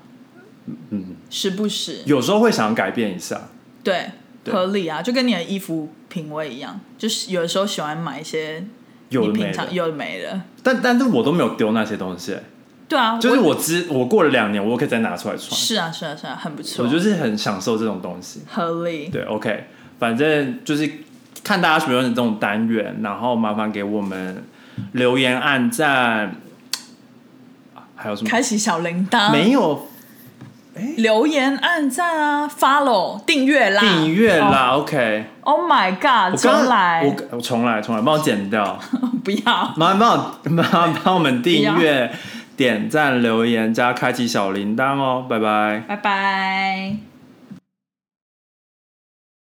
Speaker 1: 嗯，
Speaker 2: 时不时，
Speaker 1: 有时候会想改变一下，
Speaker 2: 对，
Speaker 1: 对
Speaker 2: 合理啊，就跟你的衣服品味一样，就是有的时候喜欢买一些
Speaker 1: 有
Speaker 2: 你
Speaker 1: 的没
Speaker 2: 平常
Speaker 1: 的，
Speaker 2: 有的没的，
Speaker 1: 但但是我都没有丢那些东西、欸
Speaker 2: 对啊，
Speaker 1: 就是我知我过了两年，我可以再拿出来穿，
Speaker 2: 是啊是啊是啊，很不错，
Speaker 1: 我就是很享受这种东西。
Speaker 2: 合理，
Speaker 1: 对，OK，反正就是看大家喜不喜欢这种单元，然后麻烦给我们留言、按赞，还有什么？
Speaker 2: 开启小铃铛，
Speaker 1: 没有
Speaker 2: 留言、按赞啊，follow、订阅啦，
Speaker 1: 订阅啦、o k
Speaker 2: Oh, oh my
Speaker 1: 我
Speaker 2: god！重
Speaker 1: 刚
Speaker 2: 来，
Speaker 1: 我我重来，重来，帮我剪掉。
Speaker 2: <laughs> 不要，
Speaker 1: 麻烦帮我麻烦帮我们订阅、点赞、留言加开启小铃铛哦，拜拜。
Speaker 2: 拜拜。